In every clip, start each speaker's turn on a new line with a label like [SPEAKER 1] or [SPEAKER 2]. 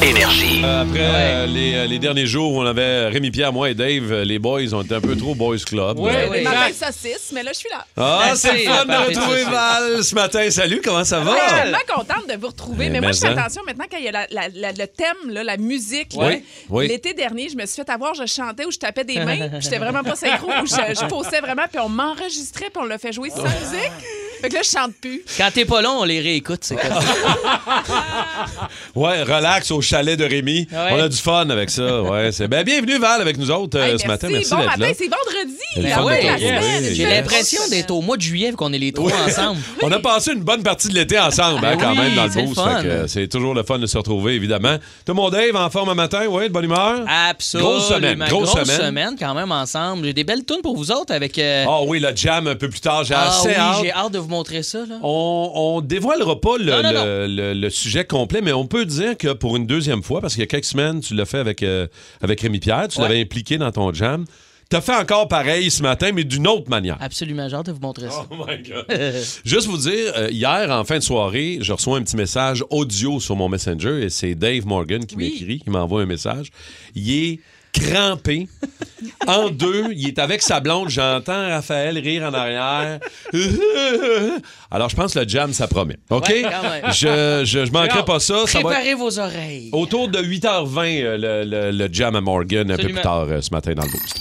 [SPEAKER 1] Énergie.
[SPEAKER 2] Euh, Après euh, les, euh, les derniers jours où on avait Rémi Pierre, moi et Dave, euh, les boys ont été un peu trop boys club.
[SPEAKER 3] Oui,
[SPEAKER 2] Euh,
[SPEAKER 3] oui.
[SPEAKER 4] Ma
[SPEAKER 3] Exact.
[SPEAKER 4] belle saucisse, mais là, je suis là.
[SPEAKER 2] Ah, c'est le
[SPEAKER 3] Merci,
[SPEAKER 2] fun de
[SPEAKER 3] parfait,
[SPEAKER 2] retrouver
[SPEAKER 3] ça,
[SPEAKER 2] Val ce matin. Salut, comment ça va?
[SPEAKER 4] Je suis tellement contente de vous retrouver.
[SPEAKER 2] Eh,
[SPEAKER 4] mais moi,
[SPEAKER 2] mais
[SPEAKER 4] je fais
[SPEAKER 2] hein.
[SPEAKER 4] attention maintenant quand il y a la- la- la- le thème, là, la musique. là.
[SPEAKER 2] Oui, oui.
[SPEAKER 4] L'été dernier, je me suis fait avoir, je chantais ou je tapais des mains. puis J'étais vraiment pas synchro. ou je, je posais vraiment, puis on m'enregistrait, puis on le fait jouer sans
[SPEAKER 2] Oh.
[SPEAKER 4] musique. Fait que là, je chante plus.
[SPEAKER 3] Quand t'es pas long, on les réécoute, c'est comme ça.
[SPEAKER 2] Ouais, relax au chalet de Rémi.
[SPEAKER 3] Ouais.
[SPEAKER 2] On a du fun avec ça. Ouais, c'est ben, bienvenue Val avec nous autres euh,
[SPEAKER 4] Hey,
[SPEAKER 2] ce matin. Merci
[SPEAKER 4] Bon
[SPEAKER 2] d'être
[SPEAKER 4] matin,
[SPEAKER 2] là.
[SPEAKER 4] c'est
[SPEAKER 2] Le
[SPEAKER 4] vendredi.
[SPEAKER 2] fun
[SPEAKER 4] fin
[SPEAKER 2] de
[SPEAKER 4] de la
[SPEAKER 2] te retrouver.
[SPEAKER 4] semaine,
[SPEAKER 2] Oui.
[SPEAKER 3] J'ai
[SPEAKER 4] je-
[SPEAKER 3] l'impression d'être au mois de juillet vu qu'on est les trois ensemble.
[SPEAKER 2] On a passé une bonne partie de l'été ensemble, hein,
[SPEAKER 3] Ben
[SPEAKER 2] quand
[SPEAKER 3] oui,
[SPEAKER 2] même, dans le
[SPEAKER 3] c'est le
[SPEAKER 2] boost.
[SPEAKER 3] fun.
[SPEAKER 2] Fait que, euh, C'est toujours le fun de se retrouver, évidemment. Tout mon Dave en forme un matin, oui, de bonne humeur.
[SPEAKER 3] Absolument.
[SPEAKER 2] Grosse semaine, grosse semaine.
[SPEAKER 3] quand même ensemble. J'ai des belles tunes pour vous autres avec. euh,
[SPEAKER 2] Ah oui, le jam un peu plus tard, j'ai
[SPEAKER 3] ah
[SPEAKER 2] assez
[SPEAKER 3] oui,
[SPEAKER 2] hâte.
[SPEAKER 3] j'ai hâte de vous montrer ça. Là.
[SPEAKER 2] On, on dévoilera pas le,
[SPEAKER 3] Non, non, non.
[SPEAKER 2] le- le- le sujet complet, mais on peut dire que pour une deuxième fois, parce qu'il y a quelques semaines, tu l'as fait avec, euh, avec Rémi Pierre, tu
[SPEAKER 3] Ouais.
[SPEAKER 2] l'avais impliqué dans ton jam. T'as fait encore pareil ce matin, mais d'une autre manière.
[SPEAKER 3] Absolument, j'ai hâte de vous montrer ça.
[SPEAKER 2] Oh my God. Juste vous dire, euh, hier, en fin de soirée, je reçois un petit message audio sur mon Messenger et c'est Dave Morgan qui m'écrit, qui m'envoie un message. Il est crampé. en deux, il est avec sa blonde. J'entends Raphaël rire en arrière. Alors, je pense que le jam, ça promet. OK?
[SPEAKER 3] Ouais, quand même.
[SPEAKER 2] je, je, je manquerai pas ça. ça va être
[SPEAKER 3] Préparez vos oreilles.
[SPEAKER 2] autour de 8h20, euh, le, le- le jam à Morgan, un peu plus
[SPEAKER 3] Absolument.
[SPEAKER 2] tard euh, ce matin dans le boost.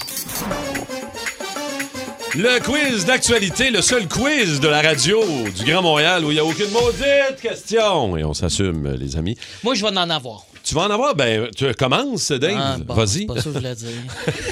[SPEAKER 2] Le quiz d'actualité, le seul quiz de la radio du Grand Montréal où il n'y a aucune maudite question. Et on s'assume, euh, les amis.
[SPEAKER 3] Moi, je vais en avoir.
[SPEAKER 2] Tu vas en avoir? Ben, tu commences, Dave.
[SPEAKER 3] Ah, bon,
[SPEAKER 2] Vas-y.
[SPEAKER 3] c'est pas ça que je voulais dire.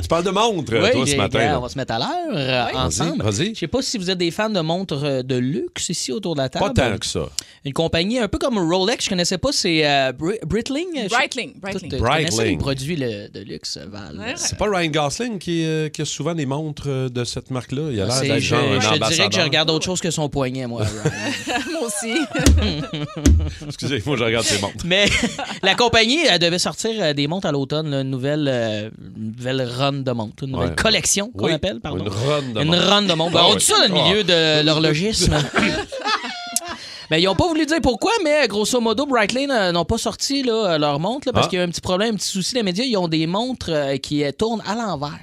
[SPEAKER 2] Tu parles de montre, euh,
[SPEAKER 3] Oui,
[SPEAKER 2] toi, ce
[SPEAKER 3] les
[SPEAKER 2] matin.
[SPEAKER 3] gars,
[SPEAKER 2] là.
[SPEAKER 3] on va se mettre à l'heure euh, ensemble.
[SPEAKER 2] vas-y.
[SPEAKER 3] Je sais pas si vous êtes des fans de montres euh, de luxe ici autour de la
[SPEAKER 2] Pas
[SPEAKER 3] table.
[SPEAKER 2] tant que ça.
[SPEAKER 3] Une compagnie un peu comme Rolex, je connaissais pas, c'est euh, Bri- Breitling.
[SPEAKER 4] Breitling, Breitling.
[SPEAKER 2] Breitling.
[SPEAKER 3] Breitling. produit le- de luxe, Val.
[SPEAKER 4] Ouais, ouais.
[SPEAKER 2] C'est pas Ryan Gosling qui, euh, qui a souvent des montres euh, de cette marque-là. Il a l'air
[SPEAKER 3] Ah, C'est-
[SPEAKER 2] d'être
[SPEAKER 3] je,
[SPEAKER 2] genre un
[SPEAKER 3] je te dirais
[SPEAKER 2] ambassadeur.
[SPEAKER 3] que je regarde autre chose que son poignet, moi. Ryan.
[SPEAKER 4] Moi aussi.
[SPEAKER 2] Excusez, moi, je regarde ses montres.
[SPEAKER 3] Mais la compagnie elle devait sortir euh, des montres à l'automne, là, une nouvelle, euh, une nouvelle run de montres, une nouvelle
[SPEAKER 2] Ouais.
[SPEAKER 3] collection qu'on
[SPEAKER 2] Oui,
[SPEAKER 3] appelle, pardon.
[SPEAKER 2] Une run de
[SPEAKER 3] Une
[SPEAKER 2] montres.
[SPEAKER 3] ronde de monde. Ben,
[SPEAKER 2] Ah
[SPEAKER 3] on
[SPEAKER 2] oui.
[SPEAKER 3] dit ça dans le
[SPEAKER 2] Ah.
[SPEAKER 3] milieu de l'horlogisme. Ben, ils n'ont pas voulu dire pourquoi, mais grosso modo, Breitling euh, n'ont pas sorti là, leur montre là, parce
[SPEAKER 2] Ah.
[SPEAKER 3] qu'il y a eu un petit problème, un petit souci. Les médias, ils ont des montres euh, qui euh, tournent à l'envers.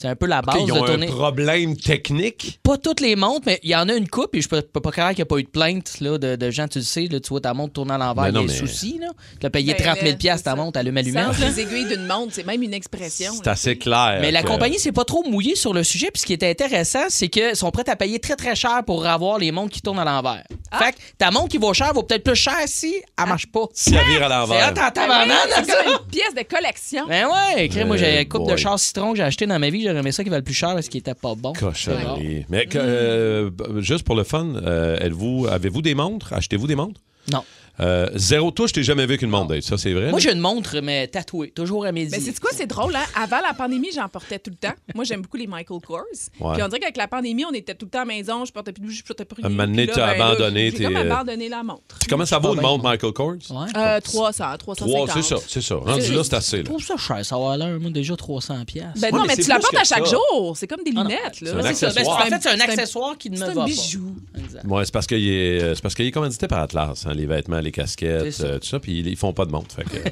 [SPEAKER 3] C'est un peu la base
[SPEAKER 2] OK, ils
[SPEAKER 3] de
[SPEAKER 2] ont un
[SPEAKER 3] tourner.
[SPEAKER 2] problème technique.
[SPEAKER 3] Pas toutes les montres, mais il y en a une coupe, et je peux, peux pas croire qu'il n'y a pas eu de plainte là, de, de gens, tu le sais, là, tu vois ta montre tourner à l'envers,
[SPEAKER 2] Mais
[SPEAKER 3] il y a
[SPEAKER 2] non,
[SPEAKER 3] des
[SPEAKER 2] mais-
[SPEAKER 3] soucis. Là. Tu as payé
[SPEAKER 4] Ben,
[SPEAKER 3] 30 000
[SPEAKER 4] mais
[SPEAKER 3] piastres ta
[SPEAKER 4] c'est ça.
[SPEAKER 3] montre allumette.
[SPEAKER 4] Sans les aiguilles d'une montre, c'est même une expression.
[SPEAKER 2] C'est
[SPEAKER 4] là.
[SPEAKER 2] assez clair.
[SPEAKER 3] Mais la
[SPEAKER 2] que-
[SPEAKER 3] compagnie s'est pas trop mouillée sur le sujet. Puis ce qui est intéressant, c'est qu'ils sont prêts à payer très, très cher pour avoir les montres qui tournent à l'envers.
[SPEAKER 4] Ah.
[SPEAKER 3] Fait que ta montre qui vaut cher vaut peut-être plus cher si elle marche pas.
[SPEAKER 2] Si elle vire à
[SPEAKER 3] C'est
[SPEAKER 2] l'envers.
[SPEAKER 3] hot en tabarnak,
[SPEAKER 4] C'est
[SPEAKER 3] Ah, ça!
[SPEAKER 4] comme une pièce de collection.
[SPEAKER 3] Ben ouais, crée, moi j'ai
[SPEAKER 2] Eh
[SPEAKER 3] une coupe
[SPEAKER 2] boy.
[SPEAKER 3] de char citron que j'ai acheté dans ma vie, j'aurais aimé ça qui valait plus cher parce qu'il était pas bon.
[SPEAKER 2] Cochonnerie. Mais
[SPEAKER 3] Mm.
[SPEAKER 2] que- euh, b- juste pour le fun, euh, êtes-vous- avez-vous des montres? Achetez-vous des montres?
[SPEAKER 3] Non.
[SPEAKER 2] Euh, zéro touche, t'ai jamais vu qu'une montre, Dave. Ça, c'est vrai? là?
[SPEAKER 3] Moi j'ai une montre mais tatouée, toujours à mes
[SPEAKER 4] Mais
[SPEAKER 3] yeux.
[SPEAKER 4] c'est quoi, c'est drôle, hein? Avant la pandémie, j'en portais tout le temps. Moi, j'aime beaucoup les Michael Kors.
[SPEAKER 2] Ouais.
[SPEAKER 4] Puis on dirait qu'avec la pandémie, on était tout le temps à la maison, je portais plus de bougie, je portais plus
[SPEAKER 2] Un
[SPEAKER 4] rien.
[SPEAKER 2] moment donné,
[SPEAKER 4] Puis
[SPEAKER 2] t'as
[SPEAKER 4] là, ben là,
[SPEAKER 2] abandonné
[SPEAKER 4] J'ai
[SPEAKER 2] tes- euh,
[SPEAKER 4] comme abandonné la montre.
[SPEAKER 2] Comment ça vaut une montre, Michael Kors?
[SPEAKER 3] Ouais.
[SPEAKER 4] Euh, 300,
[SPEAKER 2] Trois,
[SPEAKER 4] 350.
[SPEAKER 2] c'est ça, c'est ça. Rendu
[SPEAKER 4] C'est-
[SPEAKER 2] là, c'est assez.
[SPEAKER 3] Je
[SPEAKER 2] là.
[SPEAKER 3] trouve ça cher, ça va l'air, moi déjà 300$. piastres.
[SPEAKER 4] Ben
[SPEAKER 2] Ouais,
[SPEAKER 4] non,
[SPEAKER 2] mais
[SPEAKER 4] mais,
[SPEAKER 2] c'est
[SPEAKER 4] tu la
[SPEAKER 2] plus
[SPEAKER 4] portes
[SPEAKER 2] que
[SPEAKER 4] à chaque
[SPEAKER 2] ça.
[SPEAKER 4] jour. C'est comme des lunettes, là.
[SPEAKER 2] un
[SPEAKER 3] C'est ça, ben, c'est-
[SPEAKER 2] accessoire.
[SPEAKER 3] en fait, c'est un
[SPEAKER 4] C'est un-
[SPEAKER 3] accessoire qui ne me
[SPEAKER 4] C'est
[SPEAKER 3] va
[SPEAKER 4] un
[SPEAKER 3] pas.
[SPEAKER 4] bijou.
[SPEAKER 3] Exact.
[SPEAKER 2] Ouais, c'est parce qu'il est, euh, c'est parce qu'il est commandité par Atlas, hein, les vêtements, les
[SPEAKER 3] C'est
[SPEAKER 2] casquettes,
[SPEAKER 3] ça.
[SPEAKER 2] euh, tout ça, puis ils, ils font pas de montre. Fait que-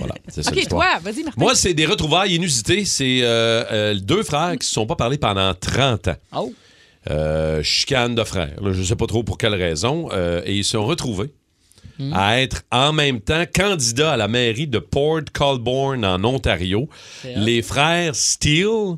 [SPEAKER 2] voilà, c'est ça
[SPEAKER 4] OK,
[SPEAKER 2] l'histoire.
[SPEAKER 4] toi, vas-y, Martin.
[SPEAKER 2] Moi, c'est des retrouvailles inusitées. C'est euh, euh, deux frères qui se sont pas parlé pendant 30 ans.
[SPEAKER 3] Oh.
[SPEAKER 2] Euh, chicane de frères. là, je sais pas trop pour quelle raison. euh, et ils se sont retrouvés
[SPEAKER 3] Hmm.
[SPEAKER 2] à être en même temps candidats à la mairie de Port Colborne en Ontario.
[SPEAKER 3] hot.
[SPEAKER 2] Les frères Steele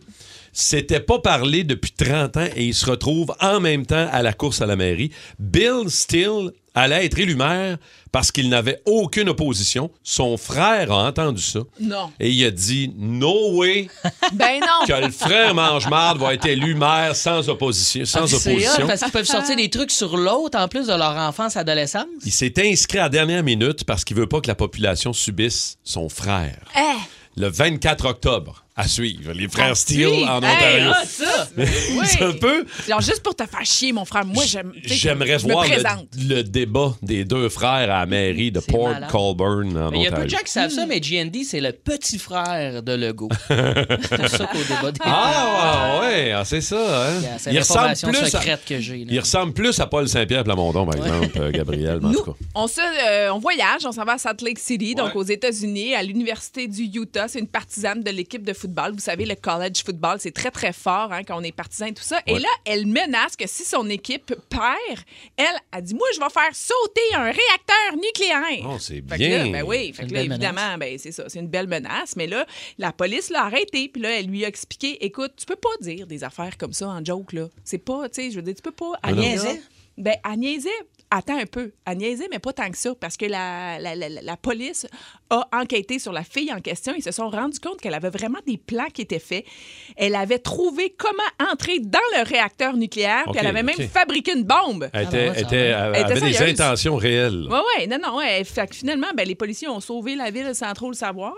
[SPEAKER 2] s'étaient pas parlé depuis 30 ans et ils se retrouvent en même temps à la course à la mairie. Bill Steele allait être élu maire parce qu'il n'avait aucune opposition. Son frère a entendu ça
[SPEAKER 4] Non.
[SPEAKER 2] et il a dit No way
[SPEAKER 4] Ben non.
[SPEAKER 2] que le frère Mangemarde va être élu maire sans opposition. Sans
[SPEAKER 3] Ah, c'est hot,
[SPEAKER 2] opposition.
[SPEAKER 3] parce qu'ils peuvent sortir des trucs sur l'autre en plus de leur enfance, adolescence.
[SPEAKER 2] Il s'est inscrit à la dernière minute parce qu'il veut pas que la population subisse son frère.
[SPEAKER 4] Eh,
[SPEAKER 2] Le 24 octobre. À suivre. Les
[SPEAKER 3] Ah,
[SPEAKER 2] frères Steele
[SPEAKER 4] Ah, Oui.
[SPEAKER 2] en
[SPEAKER 4] Hey,
[SPEAKER 2] Ontario.
[SPEAKER 4] ah, ça! Oui.
[SPEAKER 2] C'est un peu.
[SPEAKER 4] Genre, juste pour te faire chier, mon frère, moi, j'aime. tu sais,
[SPEAKER 2] J'aimerais
[SPEAKER 4] je
[SPEAKER 2] voir
[SPEAKER 4] Me présente.
[SPEAKER 2] le, le débat des deux frères à la mairie de
[SPEAKER 3] C'est
[SPEAKER 2] Port
[SPEAKER 3] malade.
[SPEAKER 2] Colborne en
[SPEAKER 3] Mais Ben, Il y a peu
[SPEAKER 2] Ontario.
[SPEAKER 3] de gens qui savent
[SPEAKER 4] Hmm.
[SPEAKER 3] ça, mais GND, c'est le petit frère de Lego. c'est pour ça qu'au débat des...
[SPEAKER 2] Ah, ouais, ah, c'est ça. hein.
[SPEAKER 3] C'est
[SPEAKER 2] Il ressemble
[SPEAKER 3] l'information
[SPEAKER 2] plus à...
[SPEAKER 3] secrète que j'ai. là.
[SPEAKER 2] Il ressemble plus à Paul Saint-Pierre Plamondon, par exemple, euh, Gabriel, mais en tout cas.
[SPEAKER 4] On, se, euh, on voyage, on s'en va à Salt Lake City, donc
[SPEAKER 2] Ouais.
[SPEAKER 4] aux États-Unis, à l'Université du Utah. C'est une partisane de l'équipe de football. Vous savez, le college football, c'est très, très fort hein, quand on est partisan et tout ça. Et
[SPEAKER 2] Ouais.
[SPEAKER 4] là, elle menace que si son équipe perd, elle a dit Moi, je vais faire sauter un réacteur nucléaire.
[SPEAKER 2] Oh, c'est
[SPEAKER 4] Fait que là,
[SPEAKER 2] bien.
[SPEAKER 4] ben oui, fait
[SPEAKER 3] une
[SPEAKER 4] que là,
[SPEAKER 3] belle
[SPEAKER 4] évidemment, ben, c'est ça, c'est une belle menace. Mais là, la police l'a arrêté, puis là, elle lui a expliqué écoute, tu peux pas dire des affaires comme ça en joke, là. C'est pas, tu sais, je veux dire, tu peux pas.
[SPEAKER 2] Ah non.
[SPEAKER 4] Agnès,
[SPEAKER 3] Niaisait?
[SPEAKER 4] Ben, elle niaisait. Attends un peu. Elle niaisait, mais pas tant que ça, parce que la, la, la- la police a enquêté sur la fille en question. Ils se sont rendus compte qu'elle avait vraiment des plans qui étaient faits. Elle avait trouvé comment entrer dans le réacteur nucléaire, puis
[SPEAKER 2] OK,
[SPEAKER 4] elle avait même
[SPEAKER 2] OK.
[SPEAKER 4] fabriqué une bombe.
[SPEAKER 2] Elle,
[SPEAKER 3] Ah,
[SPEAKER 2] était-
[SPEAKER 3] ben ouais, ça
[SPEAKER 2] était-
[SPEAKER 3] va.
[SPEAKER 2] elle
[SPEAKER 4] Elle était
[SPEAKER 2] avait des
[SPEAKER 4] sérieuse.
[SPEAKER 2] intentions réelles.
[SPEAKER 4] Oui, oui, non, non. ouais. Fait que finalement, ben, les policiers ont sauvé la ville sans trop le savoir.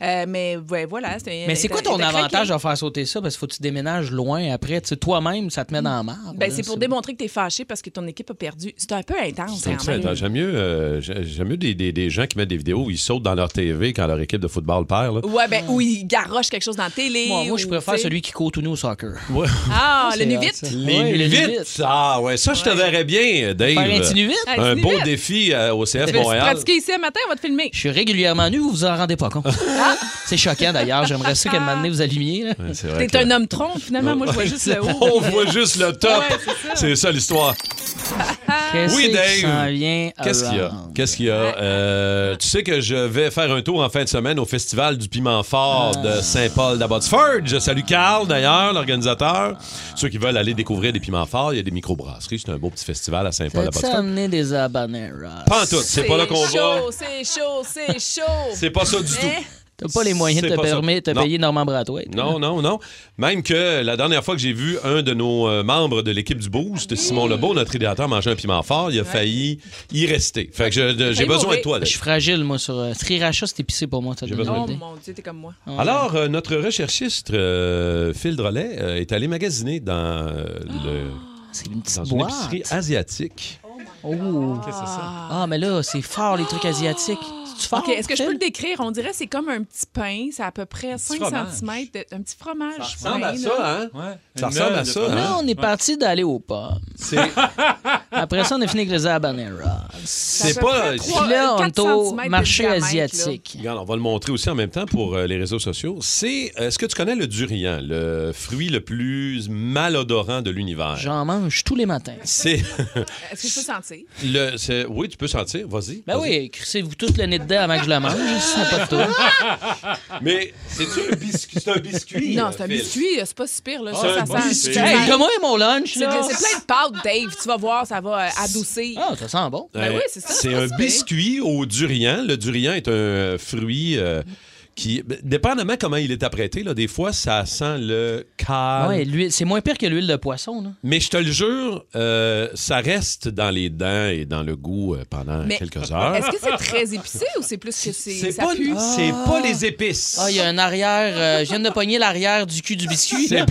[SPEAKER 4] Euh, mais ouais, voilà. c'était-
[SPEAKER 3] Mais c'est quoi
[SPEAKER 4] était-
[SPEAKER 3] ton
[SPEAKER 4] était
[SPEAKER 3] avantage
[SPEAKER 4] Eh, craqué.
[SPEAKER 3] à faire sauter ça? Parce qu'il faut que tu déménages loin après. Tu sais, Toi-même, ça te met dans la marde.
[SPEAKER 4] Ben,
[SPEAKER 3] là.
[SPEAKER 4] c'est pour démontrer que t'es fâché parce que ton équipe a perdu. C'est un peu intense,
[SPEAKER 2] C'est
[SPEAKER 4] quand même.
[SPEAKER 2] intéressant. J'aime mieux, euh, j'ai- j'aime mieux des, des- des gens qui mettent des vidéos où ils sautent dans leur TV quand leur équipe de football perd. là.
[SPEAKER 4] Ouais, ben, ou il garoche quelque chose dans la télé.
[SPEAKER 3] Moi, moi, je
[SPEAKER 4] ou,
[SPEAKER 3] préfère
[SPEAKER 4] tu sais.
[SPEAKER 3] celui qui court tout nu au soccer.
[SPEAKER 2] Ouais.
[SPEAKER 4] Ah, le
[SPEAKER 3] C'est
[SPEAKER 4] nu
[SPEAKER 3] hot,
[SPEAKER 4] vite.
[SPEAKER 3] ça.
[SPEAKER 2] Les
[SPEAKER 3] Ouais,
[SPEAKER 2] nuits.
[SPEAKER 3] nuits.
[SPEAKER 2] Ah ouais, ça je te verrais bien, Dave.
[SPEAKER 3] Faire un petit nu vite?
[SPEAKER 4] Hey,
[SPEAKER 2] Un
[SPEAKER 4] petit
[SPEAKER 2] beau
[SPEAKER 4] nuit.
[SPEAKER 2] défi euh, au CF
[SPEAKER 4] Tu veux
[SPEAKER 2] Montréal.
[SPEAKER 4] pratiquer ici un matin, on va te filmer. Ah!
[SPEAKER 3] Je suis régulièrement nu, vous vous en rendez pas compte. c'est choquant d'ailleurs. J'aimerais ça qu'à un moment donné, vous allumiez. là.
[SPEAKER 2] Ouais, c'est vrai
[SPEAKER 4] T'es
[SPEAKER 2] que-
[SPEAKER 4] un homme tronc, finalement. Moi, je vois juste le haut.
[SPEAKER 2] On voit juste le top.
[SPEAKER 4] Ouais, c'est ça.
[SPEAKER 2] c'est ça l'histoire.
[SPEAKER 4] Ah!
[SPEAKER 3] Qu'est-ce
[SPEAKER 2] Oui,
[SPEAKER 3] qui
[SPEAKER 2] Dave.
[SPEAKER 3] s'en vient
[SPEAKER 2] Qu'est-ce qu'il y a?
[SPEAKER 3] around?
[SPEAKER 2] Qu'est-ce qu'il y a? Euh, tu sais que je vais faire un tour en fin de semaine au Festival du Piment Fort
[SPEAKER 4] Ah.
[SPEAKER 2] de Saint-Paul d'Abbotsford. Je salue Carl, d'ailleurs, l'organisateur. Ceux qui veulent aller découvrir des piments forts, il y a des microbrasseries. C'est un beau petit festival à Saint-Paul
[SPEAKER 3] T'as-tu
[SPEAKER 2] d'Abbotsford.
[SPEAKER 3] amené des habaneras?
[SPEAKER 2] Pas en tout. C'est pas là qu'on va.
[SPEAKER 4] chaud, C'est chaud, c'est chaud.
[SPEAKER 2] C'est pas ça du tout.
[SPEAKER 4] Hein?
[SPEAKER 3] T'as pas les moyens de
[SPEAKER 2] C'est
[SPEAKER 3] te
[SPEAKER 2] pas ça.
[SPEAKER 3] permettre de
[SPEAKER 2] Non.
[SPEAKER 3] payer Normand Brathwaite?
[SPEAKER 2] Non, non, non. Même que la dernière fois que j'ai vu un de nos euh, membres de l'équipe du Boost, Simon Lebeau, notre idéateur, manger un piment fort, il a failli y rester. Fait que je- de- j'ai
[SPEAKER 4] failli
[SPEAKER 2] besoin de
[SPEAKER 4] mourir.
[SPEAKER 2] toi,
[SPEAKER 3] Je
[SPEAKER 2] Dave.
[SPEAKER 3] suis fragile, moi, sur. euh, Triracha, c'est épicé pour moi, ça
[SPEAKER 2] J'ai
[SPEAKER 3] donne
[SPEAKER 2] besoin
[SPEAKER 4] Oh
[SPEAKER 3] une idée.
[SPEAKER 4] mon Dieu, t'es comme moi.
[SPEAKER 3] Ouais.
[SPEAKER 2] Alors, euh, notre recherchiste, euh, Phil Drolet, euh, est allé magasiner dans, euh, le-
[SPEAKER 3] Ah, C'est une petite
[SPEAKER 2] dans une
[SPEAKER 3] boîte.
[SPEAKER 2] épicerie asiatique.
[SPEAKER 3] Oh. Ah, mais là, c'est fort, les trucs asiatiques. C'est-tu fort?
[SPEAKER 4] OK, est-ce que je peux le
[SPEAKER 3] Phil?
[SPEAKER 4] décrire? On dirait que c'est comme un petit pain, c'est à peu près 5
[SPEAKER 1] fromage.
[SPEAKER 4] cm, un petit fromage.
[SPEAKER 1] Ça ressemble
[SPEAKER 4] pain,
[SPEAKER 1] à
[SPEAKER 4] là.
[SPEAKER 2] hein?
[SPEAKER 1] Ouais.
[SPEAKER 2] Ça ressemble à ça, hein?
[SPEAKER 3] Là, on est parti d'aller aux pommes.
[SPEAKER 2] C'est-
[SPEAKER 3] Après ça, on a fini avec les habaneras.
[SPEAKER 4] C'est à
[SPEAKER 2] C'est
[SPEAKER 4] peu
[SPEAKER 2] pas...
[SPEAKER 4] près trois-
[SPEAKER 3] Puis là, on est
[SPEAKER 4] 4
[SPEAKER 3] au
[SPEAKER 4] centimètres de
[SPEAKER 3] marché
[SPEAKER 4] diamètre,
[SPEAKER 3] asiatique.
[SPEAKER 2] Regarde, on va le montrer aussi en même temps pour euh, les réseaux sociaux. C'est... euh, Est-ce que tu connais le durian, le fruit le plus malodorant de l'univers?
[SPEAKER 3] J'en mange tous les matins.
[SPEAKER 2] C'est...
[SPEAKER 4] Est-ce que je peux sentir?
[SPEAKER 2] Le, c'est- oui, tu peux sentir, vas-y.
[SPEAKER 3] Ben
[SPEAKER 2] vas-y.
[SPEAKER 3] oui, crissez-vous toute le nez dedans avant que je la mange, si c'est pas de toi.
[SPEAKER 2] Ah,
[SPEAKER 3] ah.
[SPEAKER 2] Mais c'est-tu un biscuit? C'est un biscuit.
[SPEAKER 4] non,
[SPEAKER 2] euh,
[SPEAKER 4] c'est un
[SPEAKER 2] Phil? Ah,
[SPEAKER 4] biscuit, c'est pas si pire. Là.
[SPEAKER 2] c'est
[SPEAKER 4] ça,
[SPEAKER 2] un
[SPEAKER 4] ça sent.
[SPEAKER 2] biscuit.
[SPEAKER 4] C'est
[SPEAKER 3] Hey, donne-moi mon lunch,
[SPEAKER 4] c'est
[SPEAKER 3] là.
[SPEAKER 4] plein de pâtes, Dave. Tu vas voir, ça va euh, adoucir.
[SPEAKER 3] Ah, ça sent bon.
[SPEAKER 4] Ben
[SPEAKER 2] Euh,
[SPEAKER 4] oui, c'est ça, c'est
[SPEAKER 2] C'est
[SPEAKER 4] pas si
[SPEAKER 2] un
[SPEAKER 4] pire.
[SPEAKER 2] biscuit au durian. Le durian est un euh, fruit euh, qui, ben, dépendamment comment il est apprêté, là, des fois, ça sent le calme.
[SPEAKER 3] Ouais, l'huile- c'est moins pire que l'huile de poisson, là.
[SPEAKER 2] Mais je te le jure, euh, ça reste dans les dents et dans le goût euh, pendant
[SPEAKER 4] Mais
[SPEAKER 2] quelques heures.
[SPEAKER 4] Est-ce que c'est très épicé ou c'est plus que c'est.
[SPEAKER 2] C'est
[SPEAKER 4] ça
[SPEAKER 2] pas,
[SPEAKER 4] pue?
[SPEAKER 2] c'est pas les épices.
[SPEAKER 3] Ah, il y a un arrière. euh, je viens de pogner l'arrière du cul du biscuit.
[SPEAKER 2] C'est-
[SPEAKER 3] là.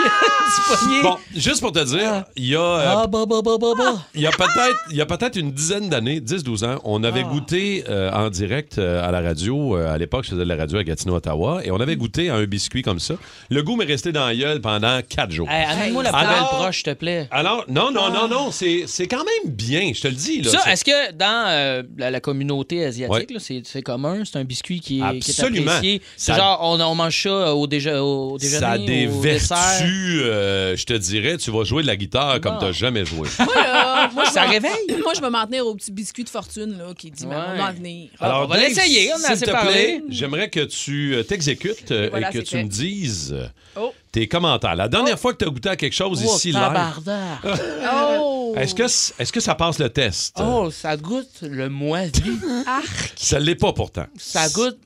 [SPEAKER 3] Du poignet.
[SPEAKER 2] Bon, juste pour te dire, il y a euh,
[SPEAKER 3] Ah, bah, bah, bah, bah, bah.
[SPEAKER 2] Il y a peut-être il y a peut-être une dizaine d'années, 10-12 ans, on avait
[SPEAKER 3] Ah.
[SPEAKER 2] goûté euh, en direct euh, à la radio. euh, à l'époque, je faisais de la radio à Gatineau, Ottawa. Et on avait goûté à un biscuit comme ça. Le goût m'est resté dans la gueule pendant 4 jours.
[SPEAKER 3] Hey, euh, Amène-moi la
[SPEAKER 2] Ah,
[SPEAKER 3] poubelle
[SPEAKER 2] non.
[SPEAKER 3] proche, s'il te plaît.
[SPEAKER 2] Alors, non, non, non, non, c'est c'est quand même bien, je te le dis. Là,
[SPEAKER 3] Ça,
[SPEAKER 2] C'est-
[SPEAKER 3] est-ce que dans euh, la, la communauté asiatique,
[SPEAKER 2] Ouais.
[SPEAKER 3] là, c'est c'est commun? C'est un biscuit qui est, qui est
[SPEAKER 2] Absolument.
[SPEAKER 3] apprécié? C'est
[SPEAKER 2] Ça-
[SPEAKER 3] genre, on, on mange ça au, déje- au déjeuner,
[SPEAKER 2] ça a des
[SPEAKER 3] au dessert.
[SPEAKER 2] vertus, euh, je te dirais. Tu vas jouer de la guitare comme
[SPEAKER 3] Bon.
[SPEAKER 2] tu n'as jamais joué.
[SPEAKER 4] Moi, là, moi, je
[SPEAKER 3] Ça
[SPEAKER 4] vais-
[SPEAKER 3] réveille?
[SPEAKER 4] Moi, je vais m'en tenir au petit biscuit de fortune là, qui dit maman,
[SPEAKER 3] Ouais.
[SPEAKER 4] on va en venir.
[SPEAKER 3] Ah, on va
[SPEAKER 2] Dave,
[SPEAKER 3] l'essayer, on en a
[SPEAKER 2] s'il
[SPEAKER 3] assez
[SPEAKER 2] te
[SPEAKER 3] parlé.
[SPEAKER 2] plaît, J'aimerais que tu euh, t'exécutes euh,
[SPEAKER 4] Et voilà,
[SPEAKER 2] et que
[SPEAKER 4] c'est
[SPEAKER 2] tu
[SPEAKER 4] fait.
[SPEAKER 2] me dises euh,
[SPEAKER 4] Oh.
[SPEAKER 2] tes commentaires. La dernière fois que tu as goûté à quelque chose
[SPEAKER 3] Oh,
[SPEAKER 2] ici, là.
[SPEAKER 3] tabarnak.
[SPEAKER 4] Oh!
[SPEAKER 2] Est-ce que, c- est-ce que ça passe le test? Euh,
[SPEAKER 3] Oh, ça goûte le moisi.
[SPEAKER 2] Ça l'est pas pourtant.
[SPEAKER 3] Ça goûte.